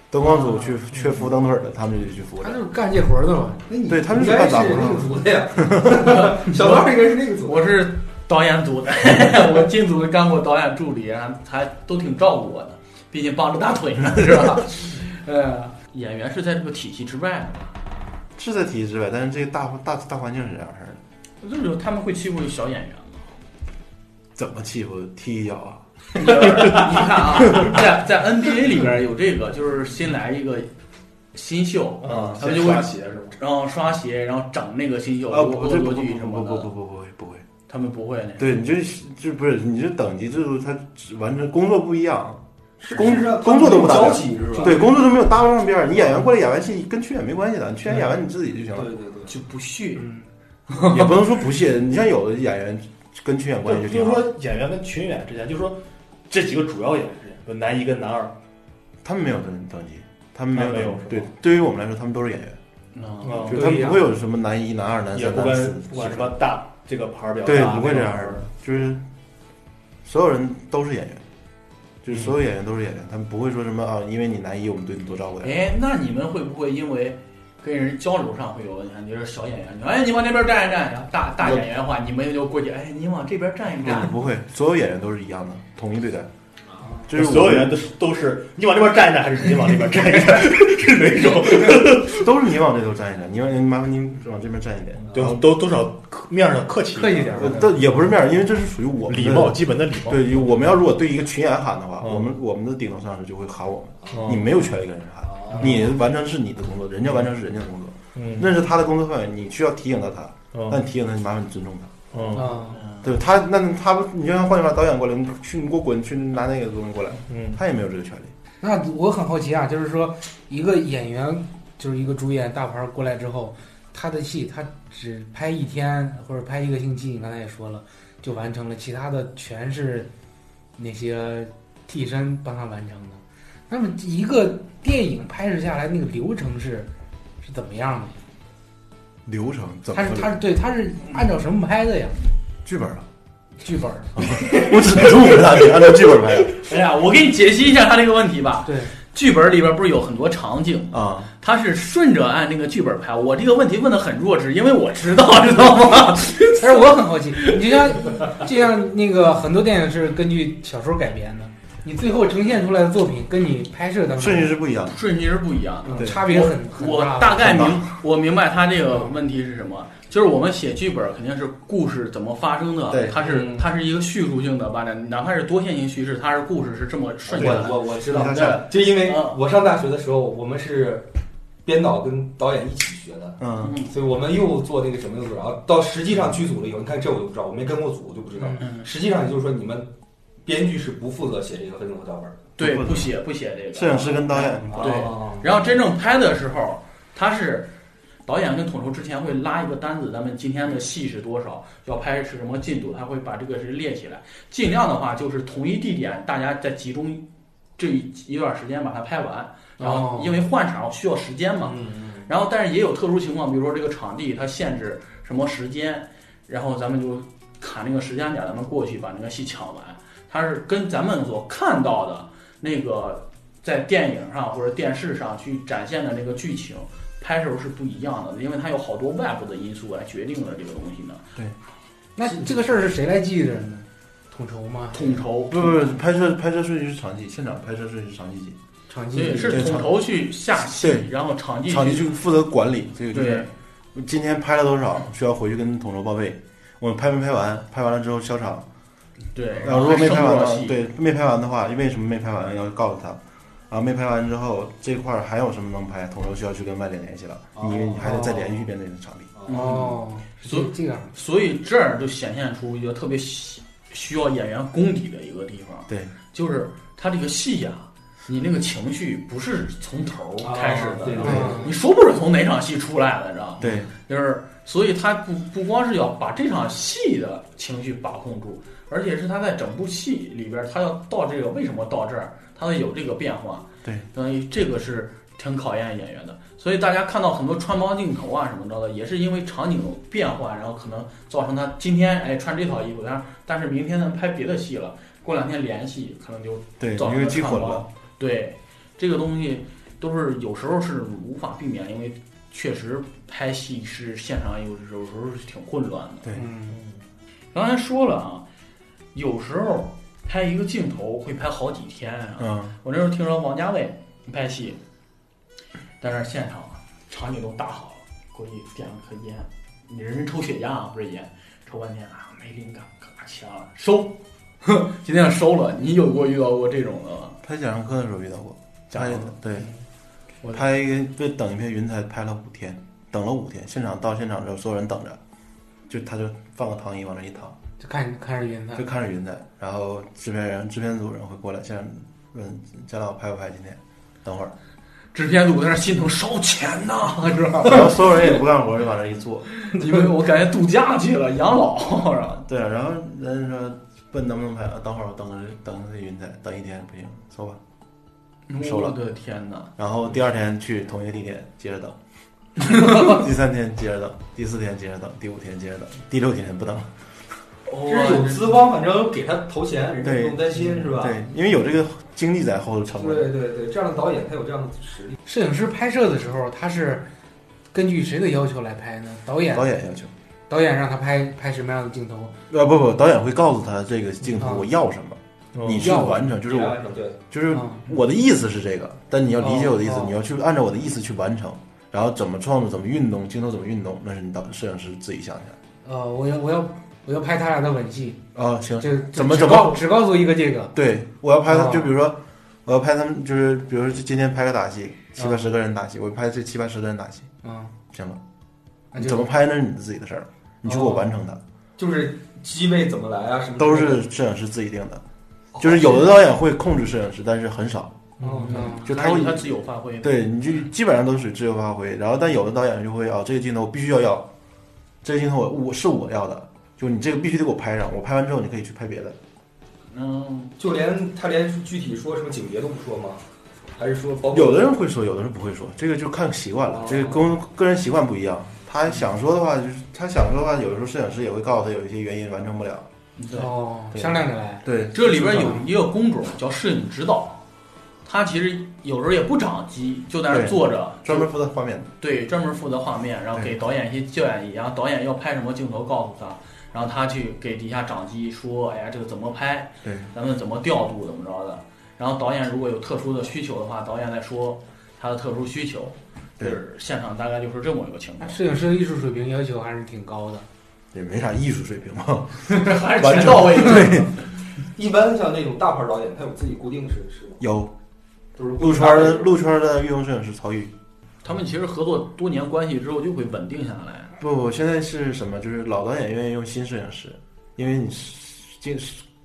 S2: 灯光组
S1: 哦
S2: 去缺扶灯腿儿的他们就得去扶
S5: 他
S2: 着。
S5: 就是干这活儿的嘛。
S3: 那你
S2: 对他们
S3: 应
S2: 是
S3: 该
S2: 干
S3: 是
S2: 杂活
S3: 那个
S2: 的
S3: 组的呀， 小道应该是那个组。
S1: 我是导演组的，我进组干过导演助理，还都挺照顾我的，毕竟抱着大腿呢，是吧？ 呃，演员是在这个体系之外的吧，
S2: 是在体制之外，但是这个大大大环境是这样式儿的，
S1: 就是他们会欺负小演员嘛。
S2: 怎么欺负踢一脚啊？
S1: 你看啊，在在 NBA 里边有这个，就是新来一个新秀，
S6: 啊，
S1: 他们就
S6: 先
S1: 会
S6: 刷鞋是吗？
S1: 然后刷鞋，然后整那个新秀，
S2: 啊，
S1: 恶
S2: 不对，
S1: 作
S2: 不不
S1: 剧什
S2: 不
S1: 么
S2: 不不
S1: 的，
S2: 不不会不会，
S1: 他们不会那个。
S2: 对你这是这不是你这等级制度，它只完全工作不一样，
S3: 是
S2: 工
S3: 是
S2: 工作都不打
S3: 交
S2: 量
S3: 集是吧？
S2: 对，工作都没有搭不上边儿。你演员过来演完戏，跟去演没关系的，你去演演完你自己就行了，
S3: 对对对，
S1: 就不屑，
S5: 嗯，
S2: 也不能说不屑。你像有的演员跟去演关系
S6: 对，
S2: 就
S6: 就
S2: 挺
S6: 是
S2: 好，
S6: 说演员跟群演之间，就是说这几个主要演员之间，有男一跟男二，
S2: 他们没有等等级，他们没有
S6: 他没有
S2: 等级
S6: 是吧
S2: 对，对于我们来说，他们都是演员，
S1: 嗯，
S6: 嗯
S2: 就是他
S5: 对
S2: 们
S5: 呀
S2: 不会有什么男一、男二、男
S6: 也
S2: 三、
S6: 不
S2: 男四
S6: 跟，不管
S2: 是
S6: 什
S2: 吧
S6: 么大这个牌儿比较大，
S2: 对，不会这
S6: 那个
S2: 样
S6: 牌儿
S2: 儿，就是所有人都是演员，就是
S6: 嗯
S2: 所有演员都是演员，他们不会说什么啊，因为你男一，我们对你多照顾点儿。
S1: 哎，那你们会不会因为跟人交流上会有？你看，你是小演员，你说哎，你往那边站一站，然后大大演员的话，你们就过去，哎，你往这边站一
S2: 不
S1: 站。
S2: 不会，所有演员都是一样的，统一对待。就是
S6: 所有
S2: 我们
S6: 人都是都是你往这边站一站，还是你往那边站一站， 是哪种？
S2: 都是你往这头站一站，你往麻烦您往这边站一点。
S6: 就都多少面上客气
S5: 客气点
S2: 呃，但也不是面儿，因为这是属于我们的
S6: 礼貌，。基本的礼貌。
S2: 对，我们要如果对一个群演喊的话，
S6: 嗯
S2: 我们我们的顶头上司就会喊我们，你
S6: 嗯，
S2: 没有权利跟人喊，你完成是你的工作，人家完成是人家的工作，
S6: 嗯
S2: 那是他的工作范围，你需要提醒到他，但
S6: 嗯
S2: 提醒他，你麻烦你尊重他，
S6: 嗯
S5: 啊，
S2: 对吧他那他你就像换句话，导演过来，你去你给我滚去拿那个东西过来，
S6: 嗯，
S2: 他也没有这个权利。
S5: 那我很好奇啊，就是说一个演员，就是一个主演大牌儿过来之后，他的戏他只拍一天或者拍一个星期，你刚才也说了，就完成了，其他的全是那些替身帮他完成的。那么一个电影拍摄下来，那个流程是是怎么样的？
S2: 流程怎么
S5: 他
S2: 会
S5: 是他是对他是按照什么拍的呀？
S2: 剧本啊，
S5: 剧本儿。
S2: 我只能给他得按照剧本拍
S1: 哎呀，我给你解析一下他这个问题吧。
S5: 对，
S1: 剧本里边不是有很多场景，
S2: 啊。
S1: 他是顺着按那个剧本拍。我这个问题问的很弱智，因为我知道，知道吗？
S5: 但是我很好奇，你就像就像那个很多电影是根据小说改编的，你最后呈现出来的作品跟你拍摄当中
S6: 嗯
S2: 顺序是不一样的。
S1: 顺序是不一样的。
S5: 嗯
S2: 对
S5: 差别很很
S1: 我
S5: 大
S1: 大
S5: 的。
S1: 概明我明白他这个问题是什么，就是我们写剧本肯定是故事怎么发生的
S2: 对，
S1: 它是
S5: 嗯
S1: 它是一个叙述性的发展，哪怕是多线性叙事，它是故事是这么顺下来
S3: 我
S1: 的。
S3: 我我知道，
S2: 你看
S1: 对，
S3: 就因为
S1: 嗯
S3: 我上大学的时候，我们是编导跟导演一起学的，
S2: 嗯，
S3: 所以我们又做那个什么又做，然后到实际上剧组了以后，你看这我就不知道，我没跟过组，我就不知道。
S1: 嗯，
S3: 实际上也就是说，你们编剧是不负责写这个分镜和脚本
S1: 对，
S2: 不
S1: 不写不写这个
S2: 摄影师跟导演
S3: 的。
S1: 对
S3: 哦
S1: 然后真正拍的时候，他是导演跟统筹之前会拉一个单子，咱们今天的戏是多少，要拍是什么进度，他会把这个是列起来。尽量的话就是同一地点，大家在集中这一一段时间把它拍完。然后
S5: 哦
S1: 因为换场需要时间嘛，
S5: 嗯，
S1: 然后但是也有特殊情况，比如说这个场地它限制什么时间，然后咱们就砍那个时间点，咱们过去把那个戏抢完。它是跟咱们所看到的那个在电影上或者电视上去展现的那个剧情拍时候是不一样的，因为它有好多外部的因素来决定了这个东西呢。
S5: 那这个事儿是谁来记着呢？统筹吗？
S1: 统筹
S2: 不不不，拍摄拍摄顺序是场记，现场拍摄顺序是场记记，
S5: 场
S1: 对
S5: 记
S1: 是统筹去下戏
S2: 对，
S1: 然后场地
S2: 场记
S1: 去
S2: 去负责管理这个就
S1: 对
S2: 是今天拍了多少，需要回去跟统筹报备。我们拍没拍完？拍完了之后消场。
S1: 对，
S2: 然后如果没
S1: 剩
S2: 拍
S1: 多
S2: 完
S1: 少
S2: 呢
S1: 戏？，
S2: 对，没拍完的话，为什么没拍完要告诉他。啊，没拍完之后这块儿还有什么能拍？统筹需要去跟外联联系了，
S1: 哦
S2: 因为你还得再连续编这个场地。
S5: 哦，是
S1: 所以
S5: 这样
S1: 所以这儿就显现出一个特别需需要演员功底的一个地方，
S2: 对，
S1: 就是他这个戏呀、你那个情绪不是从头开始的，
S3: 啊对
S1: 然后
S5: 哦对
S1: 你说不准从哪场戏出来的，知道吗？
S2: 对，
S1: 就是所以他不不光是要把这场戏的情绪把控住，而且是他在整部戏里边，他要到这个为什么到这儿，他会有这个变化。
S2: 对，
S1: 等于这个是挺考验演员的。所以大家看到很多穿帮镜头啊什么着的，也是因为场景有变换，然后可能造成他今天哎穿这套衣服，但是但是明天呢拍别的戏了，过两天联系可能就
S2: 对，
S1: 造
S2: 因
S1: 成
S2: 为
S1: 了
S2: 记
S1: 看
S2: 混
S1: 不
S2: 了。
S1: 到对，这个东西都是有时候是无法避免，因为确实拍戏是现场有有时候是挺混乱的。
S2: 对
S5: 嗯，
S1: 刚才说了啊，有时候拍一个镜头会拍好几天啊。
S2: 嗯，
S1: 我那时候听说王家卫拍戏，在那儿现场场景都搭好了，过去点了颗烟，你人抽血压啊，不是烟，抽半天啊没灵感，咔掐了收， 哼，今天要收了。你有过遇到过这种的吗？
S2: 拍贾樟柯的时候遇到过，
S1: 贾樟柯
S2: 对
S1: 我，
S2: 拍一个为等一片云彩拍了五天，等了五天，现场到现场之后所有人等着，就他就放个躺椅往那一躺，
S5: 就看看着云彩
S2: 就，看着云彩，然后制片人制片组人会过来，现在问贾导拍不拍今天，等会儿，
S1: 制片组在那儿心疼烧钱呐，是吧？
S2: 然后所有人也不干活就往那一坐，
S1: 因为我感觉度假去了，养老 是吧？
S2: 对，啊然后人家说问能不能拍，啊等会儿我等着等着这云彩，等一天不行，走吧，
S5: 嗯
S2: 收了
S1: 我的天哪！
S2: 然后第二天去同一个地点接着等，第三天接着等，第四天接着等，第五天接着等，第六天不等。
S5: 哦
S3: 就是
S5: 哎
S3: 有资方，反正给他投钱，人家
S2: 对
S3: 不用担心，是吧？
S2: 对，因为有这个经历在后头成本。
S3: 对对对，这样的导演他有这样的实力。
S5: 摄影师拍摄的时候，他是根据谁的要求来拍呢？导演，
S2: 导演要求，
S5: 导演让他拍拍什么样的镜头？
S2: 呃，不不，导演会告诉他这个镜
S5: 啊
S2: 头我要什么，你去
S5: 要
S2: 完成，就是我，
S3: 对，
S2: 就是
S5: 啊
S2: 我的意思是这个，但你要理解我的意思
S5: 哦，
S2: 你要去按照我的意思去完成，然后怎么创作，怎么运动，镜头怎么运动，那是你导摄影师自己想起
S5: 呃，我要我要我要拍他俩的吻戏，
S2: 来。啊，行，
S5: 就
S2: 怎么
S5: 只
S2: 怎么
S5: 告只告诉一个这个，
S2: 对，我要拍他，
S5: 哦
S2: 就比如说，我要拍他们，就是比如说今天拍个打戏，七八
S5: 嗯
S2: 十个人打戏，我拍这七八十个人打戏，
S5: 嗯，
S2: 行了，
S5: 那
S2: 你
S5: 就
S2: 怎么拍那是你自己的事儿，你去给我
S5: 哦
S2: 完成它，
S3: 就是机位怎么来啊，什么
S2: 都是摄影师自己定的。
S5: 哦
S2: 就是有的导演会控制摄影师，但是很少。
S3: 哦
S5: 嗯
S2: 就
S1: 他
S2: 他会
S1: 他自由发挥，
S2: 对，你就基本上都是自由发挥。然后，但有的导演就会啊，这个镜头必须要要，这个镜头我我是我要的，就你这个必须得给我拍上。我拍完之后，你可以去拍别的。
S1: 嗯，
S3: 就连他连具体说什么景别都不说吗？还是说包括
S2: 有的人会说，有的人不会说，这个就看习惯了
S3: 哦，
S2: 这个跟个人习惯不一样。他想说的话，就是他想说的话，有时候摄影师也会告诉他有一些原因完成不了。
S1: 对，
S5: 哦，
S2: 对
S5: 商量着来，
S2: 对，
S1: 这里边有一个工种叫摄影指导，他其实有时候也不长肌，就在那儿
S2: 对
S1: 坐着，
S2: 专门负责画面的。
S1: 对专门负责画面，然后给导演一些建议，然后导演要拍什么镜头告诉他，然后他去给底下掌机说，哎呀，这个怎么拍，
S2: 对，
S1: 咱们怎么调度，怎么着的。然后导演如果有特殊的需求的话，导演再说他的特殊需求。
S2: 对
S1: 就是现场大概就是这么一个情
S5: 那
S1: 况，
S5: 摄影师的艺术水平要求还是挺高的。
S2: 也没啥艺术水平嘛。
S1: 还是全到位。
S3: 一般像那种大牌导演，他有自己固定的摄影师吗？
S2: 有
S3: 就是
S2: 陆川儿，陆川儿的御用摄影师曹禺。
S1: 他们其实合作多年关系之后就会稳定下来。
S2: 不，我现在是什么？就是老导演愿意用新摄影师，因为你这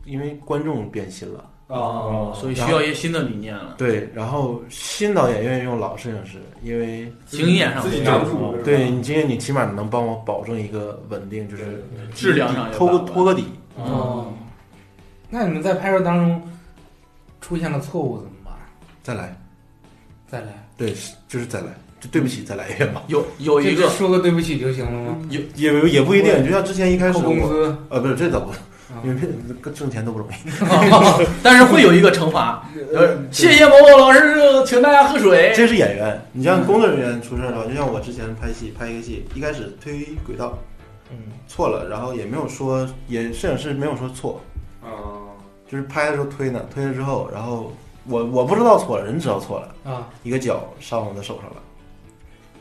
S2: 因为观众变新了。
S3: 啊，
S2: 哦
S1: 所以需要一些新的理念了，
S2: 对，然后新导演愿意用老摄影师，因为
S1: 经验上
S4: 自
S1: 的
S4: 己拿不住，
S2: 对你今天你起码能帮我保证一个稳定，就是
S1: 质量上也
S2: 托个
S1: 把握
S2: 托个底。
S1: 嗯，
S5: 那你们在拍摄当中出现了错误怎么办？
S2: 再来，
S5: 再来，
S2: 对，就是再来，就对不
S5: 嗯
S2: 起，再来一遍吧。
S1: 有有一
S5: 这
S1: 个
S5: 只说个对不起就行了吗？
S2: 也也不一定，就像之前一开始
S5: 扣工
S2: 我，
S5: 资，
S2: 呃，不是这倒不，
S5: 啊
S2: 因为这挣钱都不容易。
S1: 但是会有一个惩罚，呃，谢谢某某老师，请大家喝
S5: 哎
S1: 水。
S2: 这是演员，
S5: 嗯
S2: 你像工作人员出事儿的话，就像我之前拍戏拍一个戏，一开始推轨道
S5: 嗯，
S2: 错了，然后也没有说，也摄影师没有说错，
S4: 啊，
S2: 就是拍的时候推呢，推了之后，然后我我不知道错了，人知道错了。
S5: 啊，
S2: 一个脚上我的手上了，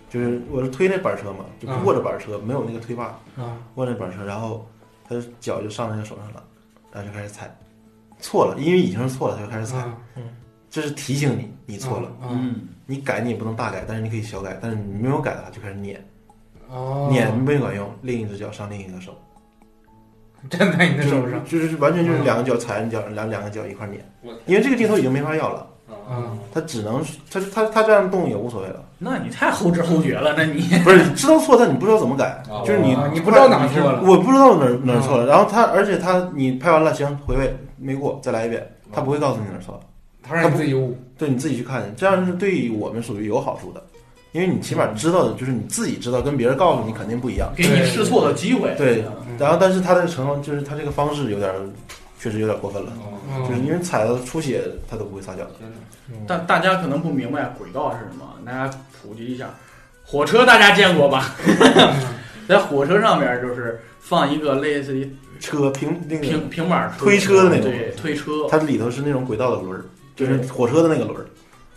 S2: 就是我是推那板车嘛，就
S5: 嗯
S2: 握着板车，没有那个推把，
S5: 啊，
S2: 握着板车，然后他的脚就上那个手上了，然后就开始踩，错了，因为已经是错了，他就开始踩，
S5: 啊
S2: 这是提醒你你错了，，
S5: 啊，
S1: 嗯，
S2: 你改你也不能大改，但是你可以小改，但是你没有改的话就开始撵，
S5: 哦，
S2: 撵没管用，另一只脚上另一个手，
S5: 站在你的手
S2: 就是
S5: 上，
S2: 就是完全就是
S5: 嗯
S2: 两个脚踩着你脚，两两个脚一块撵
S4: 我，
S2: 因为这个镜头已经没法要了，
S5: 啊，
S2: 他只能他他他这样动也无所谓了。
S1: 那你太后知后觉了，那你
S2: 不是知道错，但你不知道怎么改，
S3: 哦
S2: 就是你
S5: 啊你不知道哪嗯
S2: 是
S5: 错了
S2: 我不知道哪儿哪儿错了。然后他，而且他你拍完了，行，回味没过，再来一遍，他不会告诉你哪儿错了，
S5: 他让你自己悟，
S2: 对你自己去看，这样是对我们属于有好处的，因为你起
S5: 嗯
S2: 码知道的就是你自己知道，跟别人告诉你肯定不一样。
S1: 给你试错的机会。
S2: 对
S1: 嗯
S2: 然后，但是他的成功就是他这个方式有点儿，确实有点过分了，
S5: 嗯
S2: 就是因为踩到出血他都不会撒脚的。
S1: 但大家可能不明白轨道是什么，大家普及一下。火车大家见过吧？
S2: 嗯
S1: 在火车上面就是放一个类似于
S2: 车平那个，
S1: 平平板
S2: 嗯推车的那种
S1: 对，推车，
S2: 它里头是那种轨道的轮儿，就是火车的那个轮儿，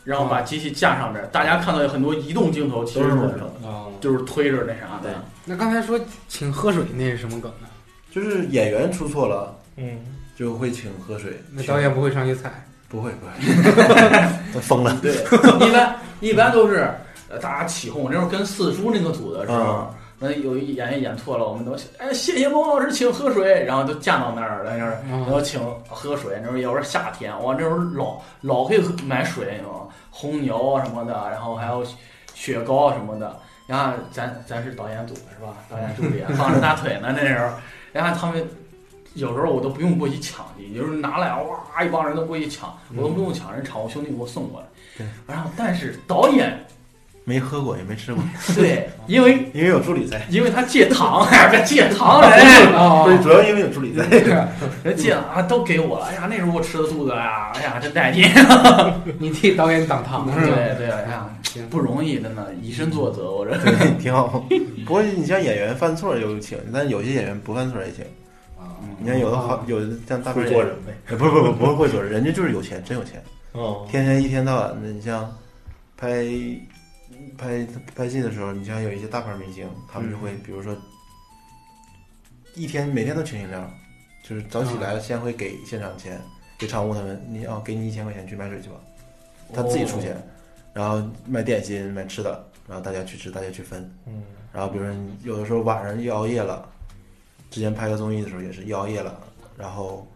S1: 然后把机器架上面。大家看到有很多移动镜头，其
S2: 都
S1: 实
S2: 是
S1: 是
S2: 轮儿的。
S3: 啊，
S1: 就是推着那啥的。
S5: 那刚才说请喝水那是什么梗啊呢？
S2: 就是演员出错了。
S3: 嗯，
S2: 就会请喝水。
S5: 那导演不会上去踩，
S2: 不会不会， 他疯了。
S1: 对， 一般一般都是呃大家起哄，那会儿跟四叔那个组的时候，那、有一演员演错了，我们都哎谢谢孟老师，请喝水，然后就架到那儿了，那儿然
S5: 啊
S1: 后请喝水。那时候也是夏天，哇，那时候老老会喝买水，啊，红牛啊什么的，然后还有雪糕啊什么的。然后咱咱是导演组的是吧？导演助理啊放着大腿呢那时候，然后他们有时候我都不用过去抢去，有时候拿来哇一帮人都过去抢，我都不用抢，人厂务兄弟给我送过来。
S2: 对
S1: 然后但是导演
S2: 没喝过也没吃过，
S1: 对，因为
S2: 因为有助理在。
S1: 因为他戒糖，哎，他 戒糖人。
S5: 啊，
S2: 对，主要因为有助理在。
S1: 人进啊都给我了，哎呀，那时候我吃的肚子呀，哎呀，真带劲！
S5: 你替导演挡堂是吧？
S1: 对对，哎呀，
S2: 嗯
S5: 行，
S1: 不容易，真的，以身作则，我这
S2: 对，挺好。不过你像演员犯错有请，但有些演员不犯错也请。嗯你看有的好，有的像大牌
S4: 哦会
S2: 演
S4: 做
S2: 员，
S4: 人呗。
S2: 哎不是不是不是会做人，人家就是有钱，真有钱，
S4: 哦，
S2: 天天一天到晚的。你像拍拍拍戏的时候，你像有一些大牌明星，他们就
S4: 嗯
S2: 会比如说一天每天都请饮料，就是早
S4: 哦
S2: 起来先会给现场钱，给场务他们，你啊给你一千块钱去买水去吧。他自己出
S4: 哦
S2: 钱，然后买点心、买吃的，然后大家去吃，大家去分。
S3: 嗯，
S2: 然后比如说你有的时候晚上又熬夜了，之前拍个综艺的时候也是又熬夜了，然后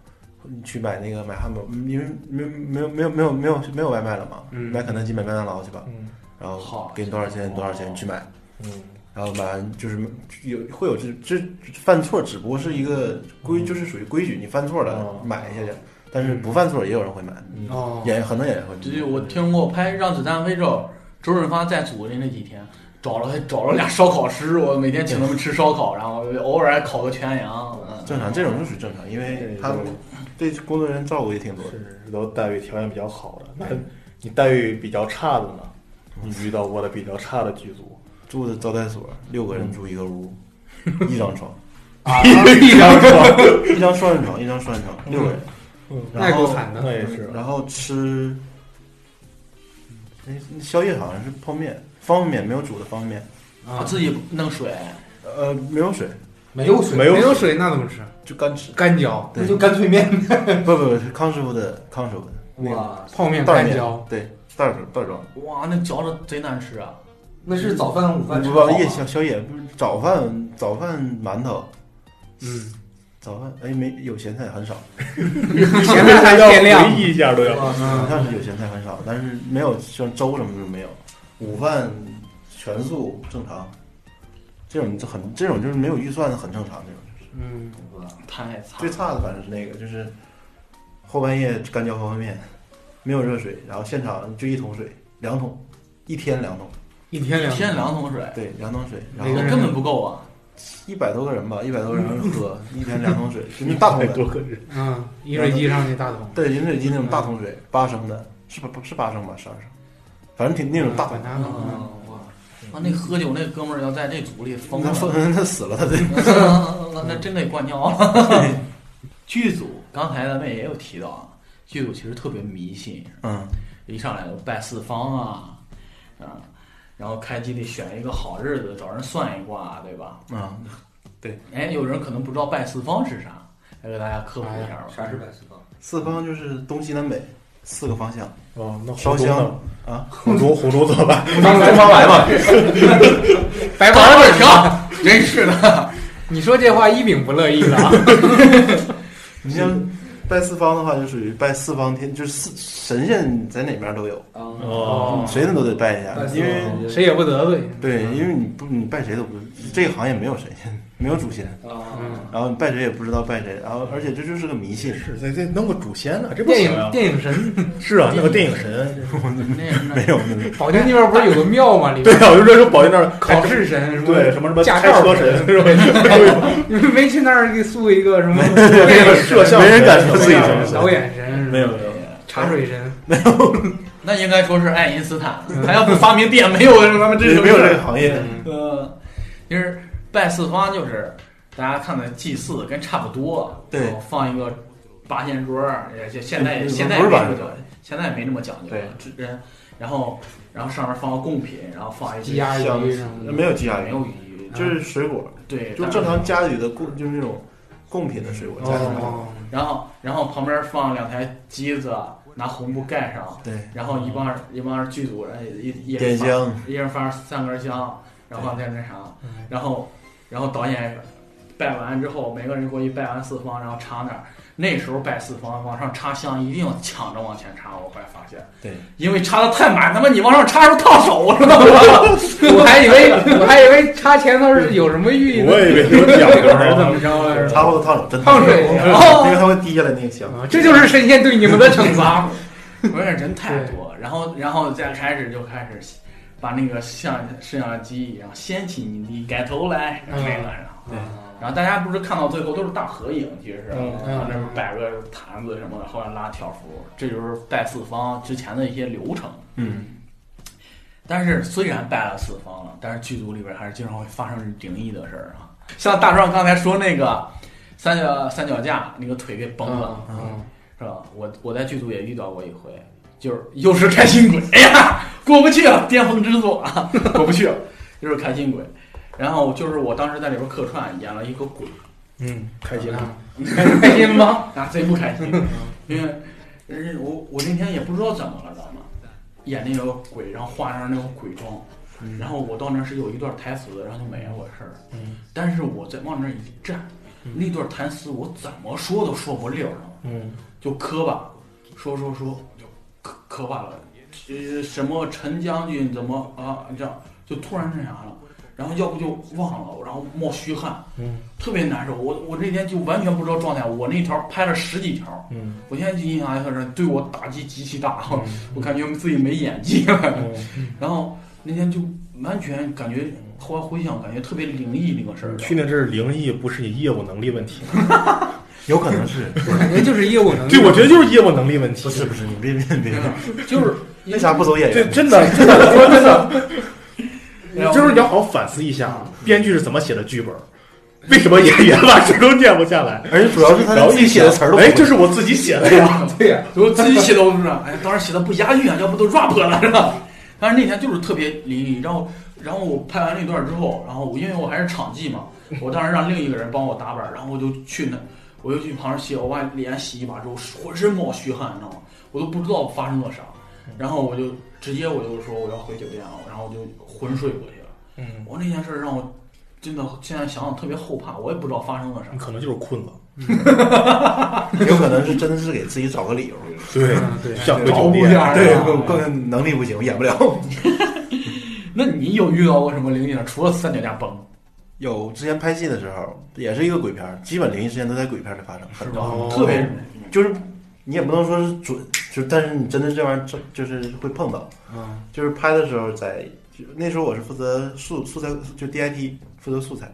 S2: 去买那个买汉堡，因为没没有没有没有没有没有外卖了嘛，
S5: 嗯
S2: 买肯德基买麦当劳去吧，
S3: 嗯
S2: 然后
S1: 好
S2: 给你多少钱多少钱去买，
S3: 嗯，
S2: 然后买完就是有会有这这犯错，只不过是一个规，就是属于规矩，你犯错了
S4: 哦
S2: 买一下去，但是不犯错也有人会买，
S3: 嗯
S5: 哦，
S1: 嗯
S2: 演员很多演员会买。
S1: 对对，我听过拍《让子弹飞》之后，周润发在组的那几天，找了找了俩烧烤师，我每天请他们吃烧烤，然后偶尔还烤个全羊。嗯
S2: 正常，这种就属于正常，因为他对
S4: 对
S2: 工作人员照顾也挺多的。
S4: 嗯是都待遇条件比较好的。那你待遇比较差的呢？你遇到过的比较差的剧组，
S2: 住的招待所，六个人住一个屋， 一张床，
S4: 一张床，
S2: 一张双人床，一张双人床，六个人。
S5: 那也
S2: 然
S5: 够
S2: 后
S5: 惨的。
S4: 那也是
S2: 然后吃，哎，宵夜好像是泡面，方便面没有煮的方便面，
S1: 我
S5: 啊，
S1: 自己弄水，
S2: 呃，没有水
S3: 没有水，
S4: 没有
S5: 没有水那怎么吃？
S2: 就干吃。
S5: 干嚼，
S3: 那就干脆面。
S2: 不不不，是康师傅的康师傅的那个
S3: 哇，
S5: 泡面
S2: 袋
S5: 干
S2: 面
S5: 嚼，，
S2: 对袋装袋装，
S1: 哇，那嚼着贼难吃啊！
S3: 那是早饭午饭吃
S2: 不
S3: 不
S2: 不
S3: 饱
S2: 夜
S3: 吗？
S2: 宵宵夜不是早饭早饭馒头，
S5: 嗯，
S2: 早饭哎没有咸菜很少，
S5: 咸菜还限
S4: 要
S5: 量
S4: 回。忆一下都要。
S2: 好
S5: 嗯，
S2: 像是有咸菜很少，但是没有像粥什么的没有。午饭全素正常，这种就很这种就是没有预算的很正常。这种
S5: 嗯，
S1: 太惨
S2: 最
S1: 了，
S2: 差的反正是那个，就是后半夜干嚼方便面，没有热水，然后现场就一桶水，两桶，一天两桶，
S5: 一天两
S1: 一天两桶水，
S2: 对，两桶水，然
S5: 哎每
S1: 我
S5: 个
S2: 后
S5: 人
S1: 根本不够啊！
S2: 一百多个人吧，一百多个人喝， 一天两桶水，就那大桶的，
S4: 多个人，
S5: 嗯，饮水机上那大桶，
S2: 对，饮水机
S5: 嗯
S2: 那种大桶水，八升的，是吧？是八升吧，十二升，反正挺那种大桶
S5: 管。他
S1: 嗯
S5: 呢，嗯
S1: 哇，啊，那喝酒那哥们儿要在这组里疯
S2: 那
S1: 了，
S2: 疯他死了，他得
S1: 那那真得灌尿了。 剧组刚才咱们也有提到啊，剧组其实特别迷信，
S2: 嗯，
S1: 一上来就拜四方啊，啊，然后开机得选一个好日子，找人算一卦，对吧？
S2: 啊，
S1: 哎，有人可能不知道拜四方是啥，来给大家
S5: 哎
S1: 科普一下吧。
S3: 啥是百四方？
S2: 四方就是东西南北四个方向，
S4: 哦，那
S2: 烧
S4: 红中呢
S2: 香？啊，
S4: 红中红中怎么办？
S2: 东方来嘛，
S5: 白话文
S1: 早上本停， 真是的。
S5: 你说这话一饼不乐意了 啊，
S2: 你像拜四方的话，就属于拜四方天，就是四神仙在哪边都有，
S5: 嗯
S4: 哦，
S2: 谁的都得拜一下，因为
S5: 谁也不得罪。
S2: 对，因为你不你拜谁都不，这个行业没有神仙，没有祖先，
S3: 啊，
S5: 嗯，
S2: 然后你拜谁也不知道拜谁，然后而且这就是个迷信，
S4: 是这这弄个祖先呢？这不
S5: 电
S4: 行啊
S5: 影！电影神，
S4: 是啊，弄个电影神。
S1: 那什么
S2: 没有那个
S5: 保定那边不是有个庙吗？里
S4: 对
S5: 面
S4: 啊，我就说说保定那儿
S5: 考试神什么
S4: 对什么什么
S5: 驾
S4: 开
S5: 照
S4: 车神
S5: 神，
S4: 是吧？
S5: 你们没去那儿给塑一个什么
S4: 那个摄像
S2: 没人敢说
S4: 神
S2: 自己神
S5: 导演神，
S4: 没有没
S1: 没有
S4: 有，
S5: 茶水神，
S1: 那应该说是爱因斯坦，
S2: 嗯
S1: 他要不发明电，没有什么这
S2: 没有这个行业，
S5: 嗯
S1: 呃，就是拜四方，就是大家看看祭祀跟差不多，
S2: 对
S1: 然后放一个八仙桌儿，也就现在
S2: 嗯
S1: 现在
S2: 不
S1: 也
S2: 是
S1: 没
S2: 八
S1: 这
S2: 仙
S1: 么
S2: 桌
S1: 讲，现在也没那么讲究，
S2: 对
S1: 只，人然后然后上面放个贡品，然后放一些
S5: 鸡鸭
S2: 像
S5: 鱼什么的，
S2: 没有鸡鸭
S1: 没
S2: 鱼，
S1: 有鱼，
S2: 就是水果，
S1: 对，
S2: 就
S1: 但
S2: 正常家里的供就是那种贡品的水果，家里面
S5: 哦，
S1: 然后然后旁边放两台机子，拿红布盖上，
S2: 对，
S1: 然后一帮一帮剧组人一一一人
S2: 点
S1: 发
S2: 香。
S1: 一人发三根香，然后再那啥，然后然后导演拜完之后，每个人过去拜完四方，然后插那儿。那时候拜四方，往上插香一定要抢着往前插，我后来发现，
S2: 对，
S1: 因为插的太满，他妈你往上插是不是烫手，知道吗？
S5: 我还以为我还以为插前头是有什么寓意呢，
S4: 我也以 为有奖
S5: 还是怎
S4: 呢。
S5: 么着来着？
S2: 擦后头烫手，真
S5: 烫水
S2: 手因为它会滴下来那个香。
S3: 哦
S5: 啊，这就是神仙对你们的惩罚。
S1: 不是人太多，然后然后再开始就开始把那个像摄像机，然后掀起你的盖头来，然后那个，然后然后大家不是看到最后都是大合影，其实是，
S4: 嗯
S1: 然后那边摆个坛子什么的，后来拉条幅，这就是拜四方之前的一些流程。
S2: 嗯，
S1: 但是虽然拜了四方了，但是剧组里边还是经常会发生灵异的事儿啊，像大壮刚才说那个三角三脚架那个腿给崩了，
S2: 啊
S5: 嗯
S1: 是吧？我我在剧组也遇到过一回，就是又是开心鬼，哎呀，过不去了，巅峰之作啊，过不去了，又是开心鬼。然后就是我当时在里边客串，演了一个鬼，
S5: 嗯，
S4: 开心
S5: 啊 开心吗？
S1: 啊，贼不 开心，因为人家我我那天也不知道怎么了，知道吗？演那个鬼，然后化上那种鬼妆，然后我到那儿是有一段台词，然后就没我事儿。
S5: 嗯，
S1: 但是我在往那儿一站，那段台词我怎么说都说不溜儿，知道吗？
S5: 嗯，
S1: 就磕巴，说说说就磕磕巴了，呃，什么陈将军怎么啊这样，就突然那啥了，然后要不就忘了，然后冒虚汗，
S5: 嗯，
S1: 特别难受。我我那天就完全不知道状态，我那条拍了十几条，
S5: 嗯，
S1: 我现在印象还很对
S6: 嗯
S1: 我打击极其大，我感觉自己没演技了，然后那天就完全感觉后来回想，感觉特别灵异那个事儿。
S6: 去那阵儿灵异不是你业务能力问题，
S2: 有可能是，
S5: 感觉就是业务能力。
S6: 对，我觉得就是业务能力问题
S2: 不。是不是，你嗯别别别，
S1: 就是
S2: 为啥不走演
S6: 这
S2: 员？
S6: 真的，真的，我说真的，你
S1: 然后
S6: 就是你要好好反思一下，编剧是怎么写的剧本，为什么演员把始终念不下来？
S2: 而且主要是 他
S6: 然后
S2: 自己写的词儿都不
S6: 哎，
S2: 会
S6: 这是我自己写的呀。
S3: 对呀、
S1: 我自己写的，我不知道，哎呀，当时写的不押韵啊，要不都 rap 了是吧？但是那天就是特别淋漓，然后然后我拍完那段之后，然后我因为我还是场记嘛，我当时让另一个人帮我打板，然后我就去那，我就去旁边洗，我把脸洗一把之后，浑身冒虚汗，你知道吗？我都不知道发生了啥，然后我就直接我就说我要回酒店了，然后我就昏睡过去了。
S6: 嗯，
S1: 我那件事儿让我真的现在想想特别后怕，我也不知道发生了啥
S6: 你。可能就是困了。
S2: 有可哎能是真的是给自己找个理由，
S6: 对
S5: 嗯对
S6: 想回
S1: 找
S6: 酒
S1: 不
S6: 店。
S1: 见
S2: 对
S1: 了，
S2: 更更能力不行，我演不了。
S1: 那你有遇到过什么灵异的？除了三脚架崩，
S2: 有之前拍戏的时候，也是一个鬼片儿，基本灵异事件都在鬼片儿里发生，
S1: 是
S2: 很
S1: 吧？
S2: 多。
S6: 哦
S1: 特别
S2: 就是你也不能说是准，就但是你真的这玩意儿真就是会碰到。
S5: 嗯，
S2: 就是拍的时候在，就那时候我是负责素素材，就 DIP 负责素材。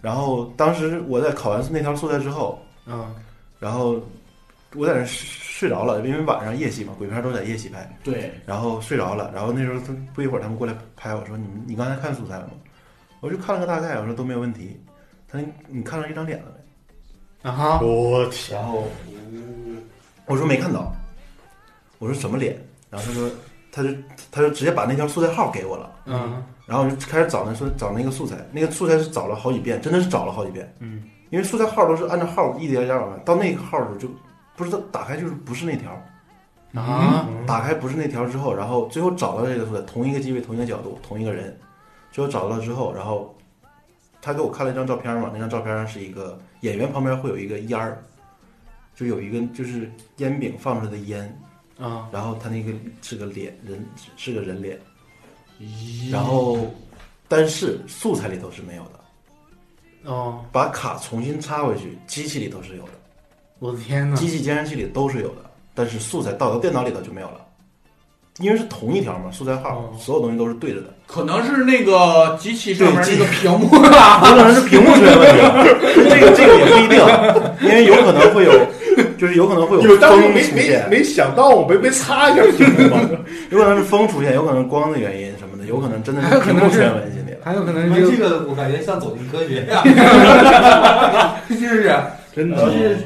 S2: 然后当时我在考完那条素材之后，
S5: 嗯，
S2: 然后我在那儿睡着了，因为晚上夜戏嘛，鬼片儿都在夜戏拍。
S1: 对，
S2: 然后睡着了，然后那时候他不一会儿他们过来拍我说你们你刚才看素材了吗？我就看了个大概，我说都没有问题。他说你看到一张脸了没？
S5: 啊哈，
S6: 我天，
S2: 然后我说没看到，我说什么脸？然后他说他就他就直接把那条素材号给我了，
S5: 嗯
S2: 然后我就开始找那素找那个素材，那个素材是找了好几遍，真的是找了好几遍，
S5: 嗯
S2: 因为素材号都是按照号一点点往上，到那个号的时候就不知道打开就是不是那条，
S5: 啊，
S6: 嗯
S2: 打开不是那条之后，然后最后找到这个素材，同一个机位、同一个角度、同一个人，最后找到之后，然后他给我看了一张照片嘛，那张照片上是一个演员旁边会有一个烟儿，就有一个就是烟饼放出来的烟，
S5: 啊，
S2: 然后他那个是个脸人是个人脸，然后但是素材里头是没有的，
S5: 哦，
S2: 把卡重新插回去，机器里头是有的，
S5: 我的天呐，
S2: 机器监视器里都是有的，但是素材导到电脑里头就没有了。因为是同一条嘛，素材号，
S5: 哦
S2: 所有东西都是对着的。
S1: 可能是那个机器上面那
S2: 对机
S1: 个屏幕啊，
S2: 有可能是屏幕出现问题了， 这个这个也不一定，因为有可能会有，就是有可能会
S6: 有当时
S2: 风
S6: 没
S2: 出
S6: 没
S2: 现，
S6: 没想到，我没没擦一下屏幕嘛。
S2: 有可能是风出现，有可能光的原因什么的， 有可能真的是屏幕出现问题 了。
S5: 还有可
S3: 你
S5: 能
S3: 们这
S5: 就
S3: 个我感觉像走进科学呀、是不是？
S6: 真
S3: 然后这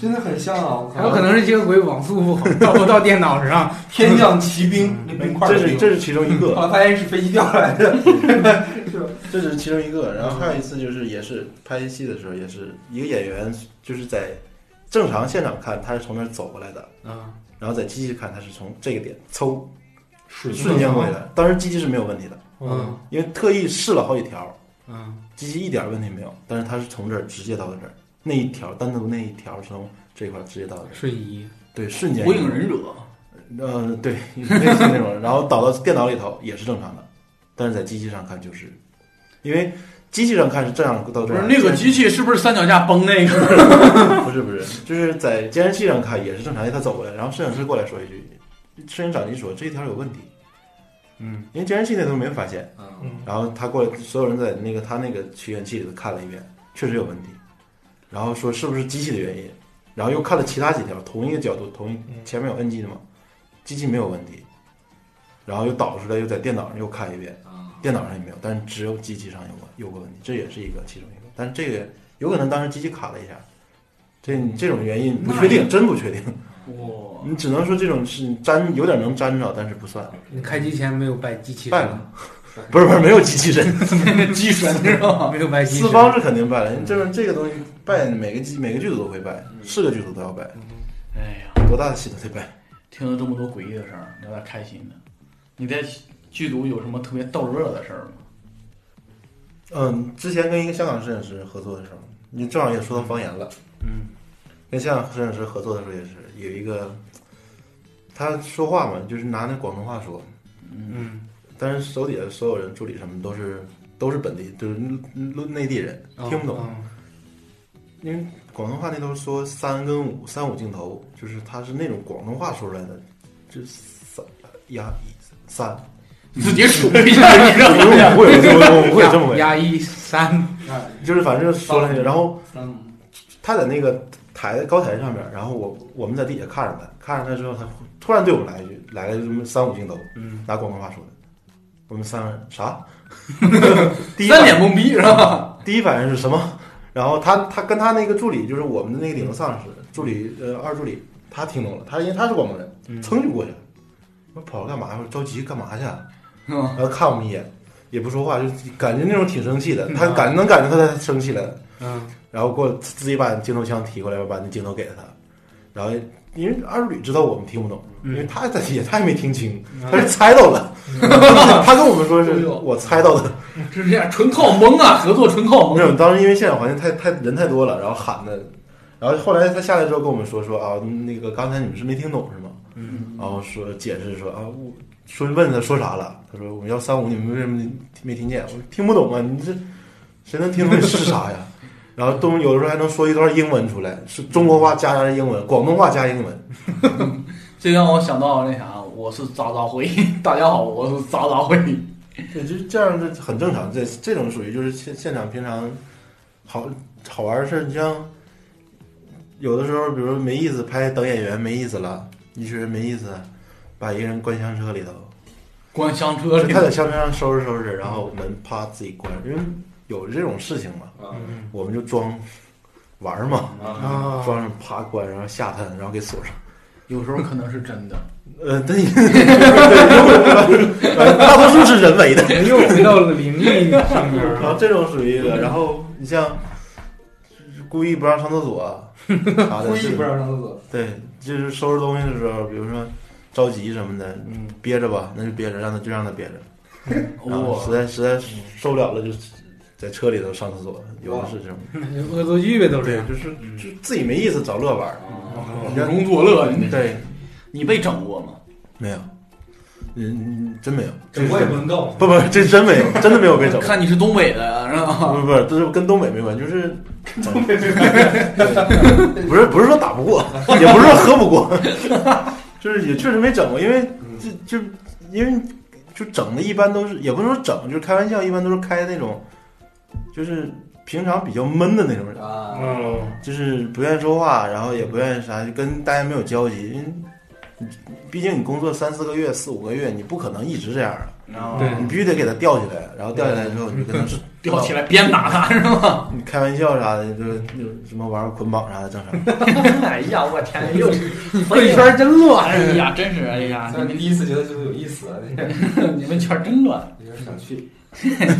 S3: 真的很像啊！我靠
S5: 还有可能是这个鬼网速 不好，到不到电脑上，
S3: 天降奇兵，那冰块儿
S2: 这
S3: 的
S2: 是
S3: 冰
S2: 这是其中一
S3: 后
S2: 个，
S3: 来发现是飞机掉下来的，
S2: 这是其中一个。然后还有一次就是也是拍戏的时候，也是一个演员就是在正常现场看他是从那儿走过来的，
S1: 嗯
S5: 啊，
S2: 然后在机器看他是从这个点抽
S6: 瞬
S2: 瞬间过来的，当时机器是没有问题的，
S5: 嗯
S2: 因为特意试了好几条，
S5: 嗯，
S2: 机器一点问题没有，但是它是从这儿直接到这儿，那一条单独那一条是从这块儿直接到这儿，
S5: 瞬移，
S2: 对，瞬间
S1: 火影忍者，
S2: 呃，对， 类似那种，然后导到电脑里头也是正常的，但是在机器上看就是，因为机器上看是这样到
S1: 不
S2: 这
S1: 是
S2: 样，
S1: 那个机器是不是三脚架崩那个？
S2: 不是不是， 就是在监视器上看也是正常的，他走过来，然后摄影师过来说一句，摄影长一说这一条有问题，
S5: 嗯，
S2: 因为监视器那头没有发现，
S3: 嗯
S2: 然后他过来，所有人在那个他那个取景器里头看了一遍，确实有问题，然后说是不是机器的原因，然后又看了其他几条，同一个角度，同一
S6: 嗯
S2: 前面有 NG 的嘛，机器没有问题，然后又导出来，又在电脑上又看一遍，电脑上也没有，但是只有机器上有过有过问题，这也是一个其中一个，但是这个有可能当时机器卡了一下，这这种原因不确定，真不确定，
S1: 哇，
S2: 你只能说这种是粘有点能粘着，但是不算，
S5: 你开机前没有拜机器神
S2: 败了，不是不是没有机器人。
S1: 机神是吧？
S5: 没有拜机器
S2: 四
S5: 神
S2: 方是肯定败了，这这个东西败每个剧每个剧组都会败，是个剧组都要败，
S1: 哎呀，
S2: 多大的戏都得败。
S1: 听了这么多诡异的事儿，聊点开心的。你在剧组有什么特别逗乐的事 儿吗？
S2: 嗯，之前跟一个香港摄影师合作的时候，你正好也说到方言了，
S5: 嗯，
S2: 跟香港摄影师合作的时候也是有一个，他说话嘛，就是拿那广东话说，
S5: 嗯，
S2: 但是手底下所有人助理什么都是都是本地，就是内地人，
S5: 哦
S2: 听不懂。
S5: 嗯
S2: 因为广东话那头说三跟五，三五镜头，就是它是那种广东话说出来的，就是三呀一三，
S1: 自己数一下，你让
S2: 我会 有我会有这么回事，
S5: 压一三
S2: 就是反正说了，然后
S5: 三五，
S2: 他在那个台高台上面，然后我我们在底下看着他，看着他之后，他突然对我们来一句，来了这么三五镜头，
S1: 嗯，
S2: 拿广东话说的，我们三个人啥？第一
S1: 三
S2: 反
S1: 脸懵逼是吧？
S2: 第一反应是什么？然后他他跟他那个助理，就是我们的那个领头上司助理，呃，二助理，他听懂了，他因为他是广东人，噌就过去了，我说跑了干嘛呀？我说着急干嘛去啊？
S1: 嗯，
S2: 然后看我们一眼，也不说话，就感觉那种挺生气的，他感能感觉他在生气了。
S5: 嗯，
S2: 然后给我自己把镜头枪提过来，把那镜头给了他。然后因为二吕知道我们听不懂，因为他在 也他也没听清，他是猜到的。 他跟我们说
S1: 哎
S2: 是
S1: 呦
S2: 我猜到的，
S1: 是这样，纯靠蒙啊，合作纯靠
S2: 没
S1: 蒙。
S2: 有。当时因为现场环境太太人太多了，然后喊的。然后后来他下来之后跟我们说说啊，那个刚才你们是没听懂是吗？
S1: 嗯，
S2: 然后说解释说啊，我说问他说啥了？他说我们要三五，你们为什么没听见？我说听不懂啊，你这谁能听懂你是啥呀？ 然后东有的时候还能说一段英文出来，是中国话加上英文，广东话加英文。
S1: 这让我想到那啥，我是渣渣辉， 大家好，我是渣渣辉。
S2: 对，就是这样，这很正常。这这种属于就是现现场平常好好玩的事儿。你像有的时候，比如没意思拍等演员没意思了，你觉得没意思，把一个人关箱车 里头，
S1: 关香车
S2: 就
S1: 里
S2: 他，在箱车上收拾收拾，然后门啪自己关，因为有这种事情嘛，我们就装玩儿嘛，
S4: 啊，
S5: 啊，
S2: 装上啪关，然后下探，然后给锁上。
S1: 有时候可能是真的。
S2: 呃， 对， 对呃大多数是人为的。
S5: 我们又回到了灵异上面
S2: 然 后
S5: 了。
S2: 这种属于一个，然后你像故意不让上厕所啊，啥的，
S3: 故意不让上厕所，
S2: 对，就是收拾东西的时候，比如说着急什么的，
S1: 嗯，
S2: 憋着吧，那就憋着，让他就让他憋着，然后
S1: 我
S2: 实在实在受不了了，就在车里头上厕所，有的是这种，
S5: 恶作剧呗，都是
S2: 对，就是就自己没意思找乐玩儿，
S1: 苦中作乐，你
S2: 对，
S1: 嗯你被整过吗？
S2: 没有，嗯，真没有，
S3: 整过也不能告
S2: 不不，这真没有，真的没有被整过。
S1: 看你是东北的，是吧？
S2: 不是不是，这是跟东北没关系，就是跟东北没关系，不是不是说打不过，也不是说喝不过，就是也确实没整过，因为
S3: 嗯
S2: 就就因为就整的一般都是，也不是说整，就是开玩笑，一般都是开那种，就是平常比较闷的那种人，
S3: 啊。
S5: 哦
S6: 嗯，
S2: 就是不愿意说话，然后也不愿意啥，就跟大家没有交集，因为你毕竟你工作三四个月、四五个月，你不可能一直这样啊，
S1: 对
S2: 你必须得给他吊起来，然后吊起来之后，你就跟他是
S1: 吊起来鞭打他是吗？
S2: 你开玩笑啥的，就是就是什么玩意儿捆绑啥的，正常。
S1: 哎呀，我天，又
S5: 贵圈真
S1: 哎
S5: 乱，
S1: 呀，真是哎 呀，
S3: 但
S1: 你
S3: 是
S1: 们
S3: 第一次觉得就是有意思，啊
S1: 你们圈儿真乱，
S3: 有点想去。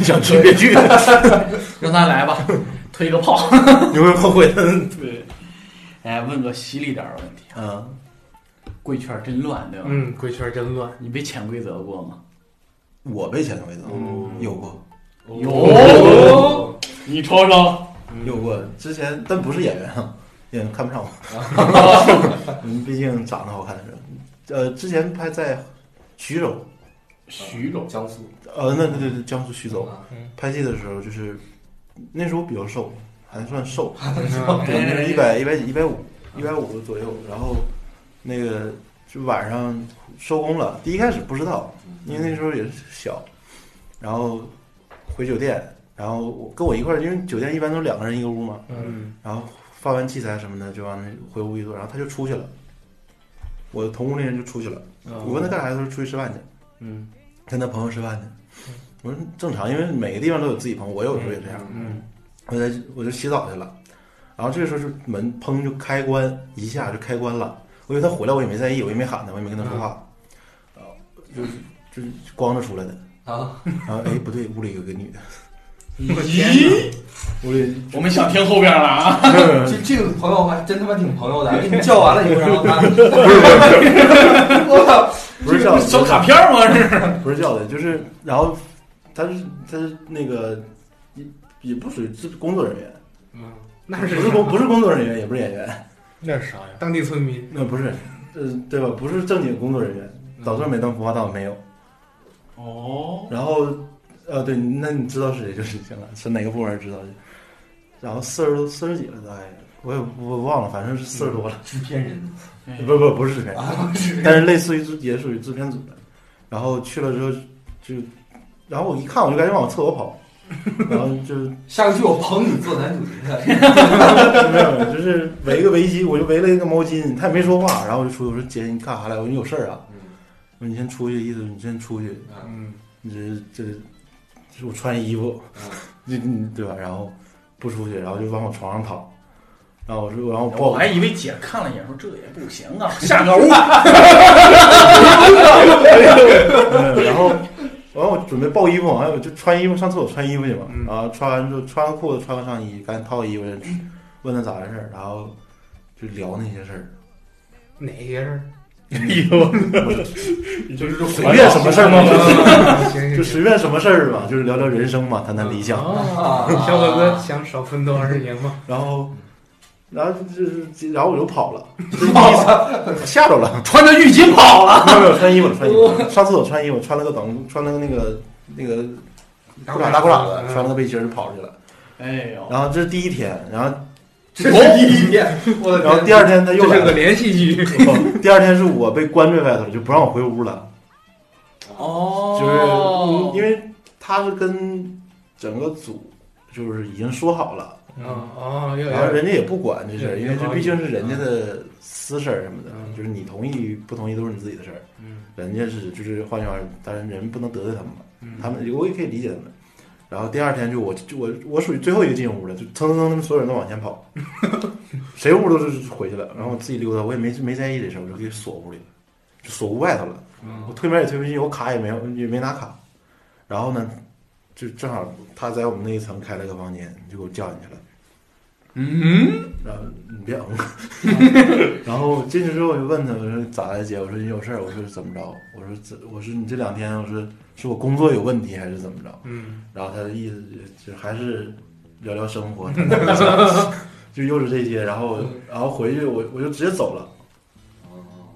S2: 想去别去，
S1: 让他来 吧，推个炮。
S2: 你会后悔的。
S1: 对，哎，问个犀利点儿的问题，
S2: 嗯，
S1: 贵圈儿真乱，对吧？
S5: 嗯，贵圈真 乱，
S1: 你被潜规则过吗？
S2: 我被潜规则有过，
S1: 有，你瞅瞅，
S2: 有过。之前但不是演员啊，演员看不上我。嗯，毕竟长得好看是吧？呃，之前拍在徐州，
S1: 徐州，
S3: 江苏
S2: 呃，那对对对，江苏徐州
S3: 啊
S2: 拍戏的时候，就是那时候比较瘦，还算瘦，
S5: 嗯
S2: 对，啊就是一百一百一百五一百五左右，然后那个就晚上收工了，第一开始不知道，因为那时候也是小，然后回酒店，然后我跟我一块儿，因为酒店一般都是两个人一个屋嘛，
S5: 嗯，
S2: 然后发完器材什么的就往那回屋一坐，然后他就出去了，我的同屋那人就出去了，我问他干啥，他说出去吃饭去，
S5: 嗯
S2: 跟他朋友吃饭去，我说正常，因为每个地方都有自己朋友，我有时候也这样。
S5: 嗯
S2: 我在我就洗澡去了，然后这个时候就门砰就开关一下就开关了，我以为他回来，我也没在意，我也没喊他，我也没跟他说话，然后就是就是光着出来的，
S3: 啊！
S2: 然后哎不对，屋里有个女的，
S1: 咦，
S2: 屋里
S1: 我们想听后边了啊！
S3: 这这个朋友还啊真他妈挺朋友的，给你叫完了以后，然后他， 我操！
S2: 不是叫
S1: 小卡片儿吗？这是
S2: 不是叫的，就是然后他是他是那个也也不属于是工作人员，
S5: 嗯，那
S2: 不
S5: 是
S2: 是工不是工作人员，也不是演员，
S6: 那是啥呀？
S5: 当地村民，
S2: 那不是，呃对吧？不是正经工作人员，早上没当孵化道没有。
S1: 哦，
S2: 然后，呃，对，那你知道是谁就是行了，是哪个部门知道就。然后四十多、四十几了，大概我也我忘了，反正是四十多了。
S3: 制片 人
S1: 嗯
S2: 不不不是制片，但是类似于制也属于制片组的。然后去了之后，就然后我一看我就赶紧往厕所跑，然后就
S3: 下个剧我捧你做男主角， 啊
S2: 没有，就是围个围巾，我就围了一个毛巾，他也没说话，然后我就出去，我说姐你干啥来？我说你有事儿啊？我说你先出去，意思是你先出去，
S5: 嗯，
S2: 你这这这我穿衣服，
S4: 嗯
S2: 你你对吧？然后不出去，然后就往我床上躺，然后我说，然后
S1: 我
S2: 抱
S4: 哦哎
S2: 我
S1: 还以为姐看了一眼说这也不行 啊，下个屋。
S2: 嗯然后，然后我准备抱衣服，哎，我就穿衣服上厕所穿衣服去
S4: 嗯
S2: 嘛。然后穿完之后，穿完裤子，穿完上衣，赶紧套衣服，
S4: 嗯
S2: 问他咋回事儿，然后就聊那些事 儿，
S5: 哪些事儿？
S4: 哎 就是
S2: 随便什么事儿嘛，
S5: 行
S2: 就
S5: 行行，
S2: 随便什么事儿嘛，就是聊聊人生嘛，谈谈理想。
S5: 哦小伙哥想少奋斗二十年吗？
S2: 然后，然后就是，然后我就跑 了，就是吓着 了，哦
S1: 穿着浴巾跑了。
S2: 没有没有穿衣服了，穿衣服了，上厕所穿衣服，穿了个短，穿了个那个那个裤衩大裤衩
S3: 嗯
S2: 子，穿了个背心儿就跑出去了。
S1: 哎呦，
S2: 然后这是第一天，然后
S3: 这是第一遍，我的
S2: 然后
S3: 天，
S2: 第二天他又
S5: 这
S2: 来
S5: 是
S2: 了
S5: 个。连续剧，
S2: 不 第二天是我被关在外头了，就不让我回屋了，
S1: 哦，
S2: 就是、因为他是跟整个组就是已经说好了，
S5: 哦哦，又
S2: 然后
S5: 有
S2: 人家也不管这事儿，
S5: 对
S2: 因为这
S5: 有道理
S2: 毕竟是人家的私事儿什么的，
S5: 啊嗯
S2: 就是你同意不同意都是你自己的事儿，
S5: 嗯
S2: 人家是就是换句话说，当然人不能得罪他们嘛，
S5: 嗯
S2: 他们我也可以理解他们。然后第二天就我就我我属于最后一个进屋的，就蹭蹭蹭，他们所有人都往前 跑，谁屋都是回去了。然后我自己溜达，我也没没在意这事儿，我就给锁屋里了，就锁屋外头了。我推门也推不进，我卡也没有，也没拿卡。然后呢，就正好他在我们那一层开了个房间，就给我叫进去了。
S1: 嗯，
S2: 然后你别嗯， 然后进去之后我就问他，我说咋了姐？我说你有事儿？我说怎么着？我说这我说你这两天我说是我工作有问题还是怎么着？
S5: 嗯，
S2: 然后他的意思就就还是聊聊生活， 谈谈理想就又是这些。然后然后回去我我就直接走了，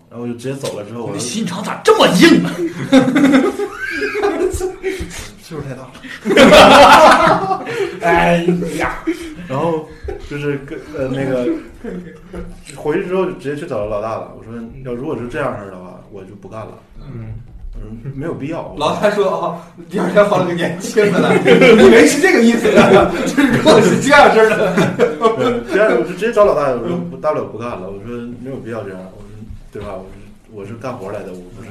S2: 然后我就直接走了之后，
S1: 我
S2: 我
S1: 的
S2: 就
S1: 心肠咋这么硬？啊
S2: 岁数太大了。
S5: 哎呀，
S2: 然后就是跟呃那个回去之后就直接去找老大了。我说要如果是这样式儿的话，我就不干了。
S5: 嗯，
S2: 我说没有必要。
S3: 老太说啊，第二天换了个年轻的了，以为是这个意思呢，就是如果是这样式的，
S2: 对第二我就直接找老大，我说我大不了不干了。我说没有必要这样，我说对吧？我是我是干活来的，我不是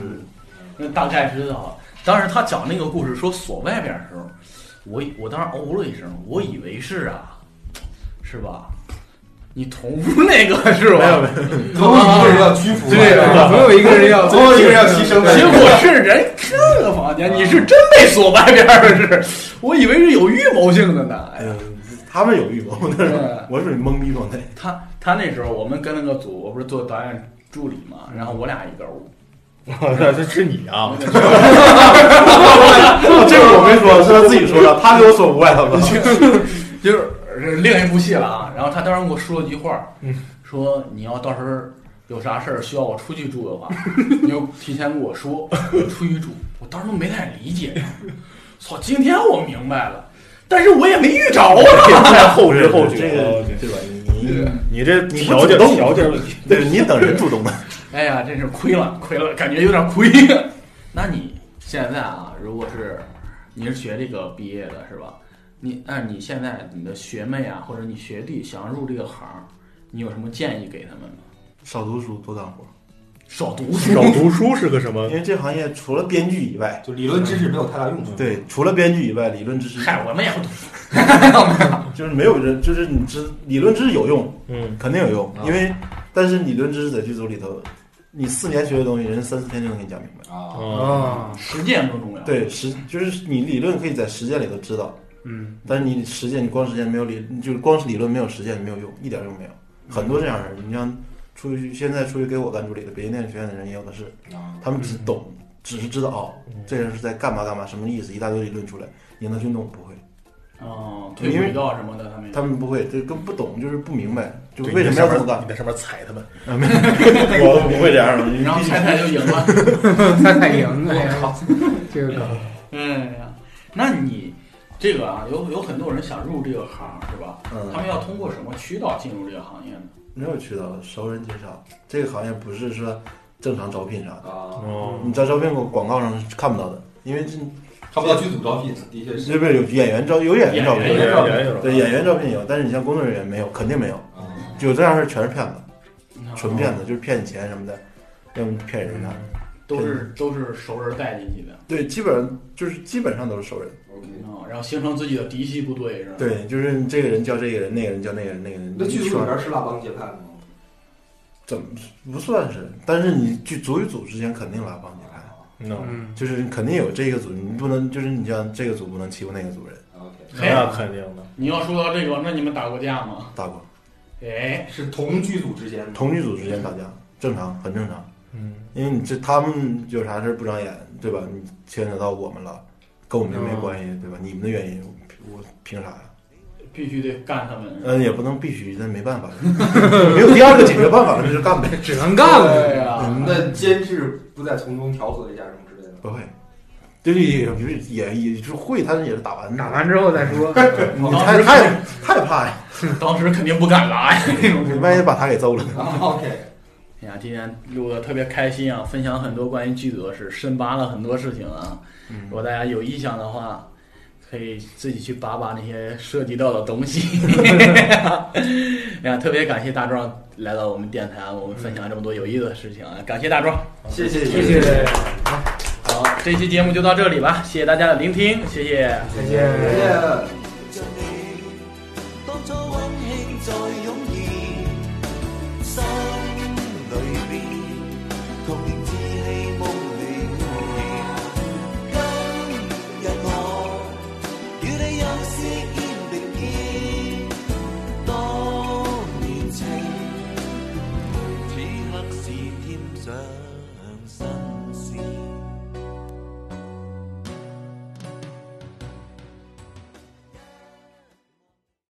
S1: 那大概知道了。当时他讲那个故事说锁外边的时候，我以我当时哦了一声，我以为是啊，是吧？你同屋那个是
S2: 没有
S1: 吧？
S2: 没有
S3: 总有一个人要屈服，
S5: 对，总有一个人要，
S3: 总有一个人要牺牲
S1: 结
S3: 的。
S1: 果是人这个房间，你是真被锁外边了，是？我以为是有预谋性的呢。哎
S2: 哎
S1: 呀，
S2: 呀，他们有预谋，但是
S1: 对
S2: 我属于懵逼状态。
S1: 他他那时候我们跟那个组，我不是做导演助理嘛，然后我俩一个屋。
S6: 这是你啊！
S2: 哦这个我没说，是他自己 说的，他给我锁屋外头了。
S1: 就是另一部戏了啊。然后他当时跟我说了一句话，说你要到时候有啥事儿需要我出去住的话， 你就提前跟我说，我出去住。我当时都没太理解，操！今天我明白了，但是我也没遇着啊。
S6: 太后知后哦
S2: 这
S6: 觉
S2: 个
S6: 了，
S2: 对吧？你
S6: 你这
S2: 你
S6: 条件
S2: 不主动
S6: 条 件问题，
S2: 对你等人主动的，
S1: 哎呀，真是亏了，亏了，感觉有点亏。那你现在啊，如果是你是学这个毕业的，是吧？你那你现在你的学妹啊，或者你学弟想要入这个行儿，你有什么建议给他们吗？
S2: 少读书，多干活。
S1: 少读书，
S6: 少读书是个什么
S2: 因？为这行业除了编剧以外，
S3: 就理论知识没有太大用处，
S2: 对，除了编剧以外，理论知识
S1: 嗨，我们也不懂。
S2: 就是没有人，就是你知理论知识有用，
S6: 嗯，
S2: 肯定有用
S3: 啊，
S2: 因为但是理论知识在剧组里头，你四年学的东西，人三四天就能给你讲明白。
S3: 啊，
S6: 哦，
S5: 哦，
S1: 实践更重要。，
S2: 对，实就是你理论可以在实践里头知道，
S5: 嗯，
S2: 但是你实践你光实践没有理，就是光是理论没有实践没有用，一点用没有。很多这样的人，你像出去现在出去给我干助理的北京电影学院的人也有的是，他们只懂，只是知道哦，这人是在干嘛干嘛，什么意思，一大堆理论出来，你能去弄不会。
S5: 嗯
S1: 哦，推轨道什么的，他们也
S2: 他们不会，这更不懂，就是不明白，就
S6: 对
S2: 为什么要这么干
S6: 你？在上面踩他们，
S2: 啊没有 我都不会这样的，你
S1: 然后
S2: 必须
S1: 猜猜就 赢了。
S5: 他太赢 了，哎呀 这个
S1: 哎呀，那你这个啊，有有很多人想入这个行是吧？他
S2: 嗯，
S1: 们要通过什么渠道进入这个行业呢？
S2: 没有渠道，熟人介绍，这个行业不是说正常招聘啥的，
S3: 啊，
S6: 哦，
S2: 你在招聘广广告上是看不到的，因为这
S3: 看不到剧组招聘，的确是
S2: 这边有演员招有哦演员招
S3: 演
S2: 聘
S3: 员，
S6: 演员有
S2: 对演员招聘有，但是你像工作人员没有，肯定没有。嗯
S3: 啊，
S2: 有这样的事儿全是骗子，
S1: 啊
S2: 纯骗子，就是骗你钱什么的，要么骗人的。
S1: 都是都是熟人带进去的，
S2: 对，基本上就是基本上都是熟人。
S5: 嗯
S1: 啊，然后形成自己的嫡系部队是吧？，
S2: 对，就是这个人叫这个人，那个人叫那个人，那个人。
S3: 那剧
S2: 一
S3: 组
S2: 圈
S3: 里
S2: 儿
S3: 边是拉帮结派吗？
S2: 怎么不算是？但是你剧组与组之间肯定拉帮结派，
S3: 啊
S4: 嗯，
S5: 嗯，
S2: 就是肯定有这个组，你不能就是你像这个组不能欺负那个组人，
S3: OK，
S1: 嘿，
S5: 嗯
S6: 那肯定的。
S1: 你要说到这个，那你们打过架吗？
S2: 打过
S1: 哎，
S3: 是同剧组之间的。
S2: 同剧组之间打架正常，很正常。
S6: 嗯，
S2: 因为你这他们有啥事儿不长眼，对吧？你牵扯到我们了，跟我们又没关系，对吧？你们的原因，我我凭啥呀？
S1: 必须得干他们。
S2: 嗯，也不能必须，那没办法， 没有第二个解决办法，那就干呗。
S5: 只能干嗯了。
S1: 对呀、
S3: 啊那监制不再从中调和一下什么之类的吗？
S2: 不会，对也不是也也是会，但是也是打完
S5: 打，完之后再说。
S3: 哦
S2: 你太太太怕呀，
S1: 当时肯定不敢来。
S2: 你万一把他给揍了呢？
S3: 啊，OK，
S1: 哎呀，今天录的特别开心啊，分享很多关于剧组的事，深扒了很多事情啊。如果大家有意向的话，可以自己去扒扒那些涉及到的东西。哎呀，特别感谢大壮来到我们电台啊，我们分享这么多有意思的事情啊，感谢大壮。
S3: 谢谢
S5: 谢谢，
S1: 好，这期节目就到这里吧，谢谢大家的聆听，谢谢。
S5: 再见
S3: 谢。谢。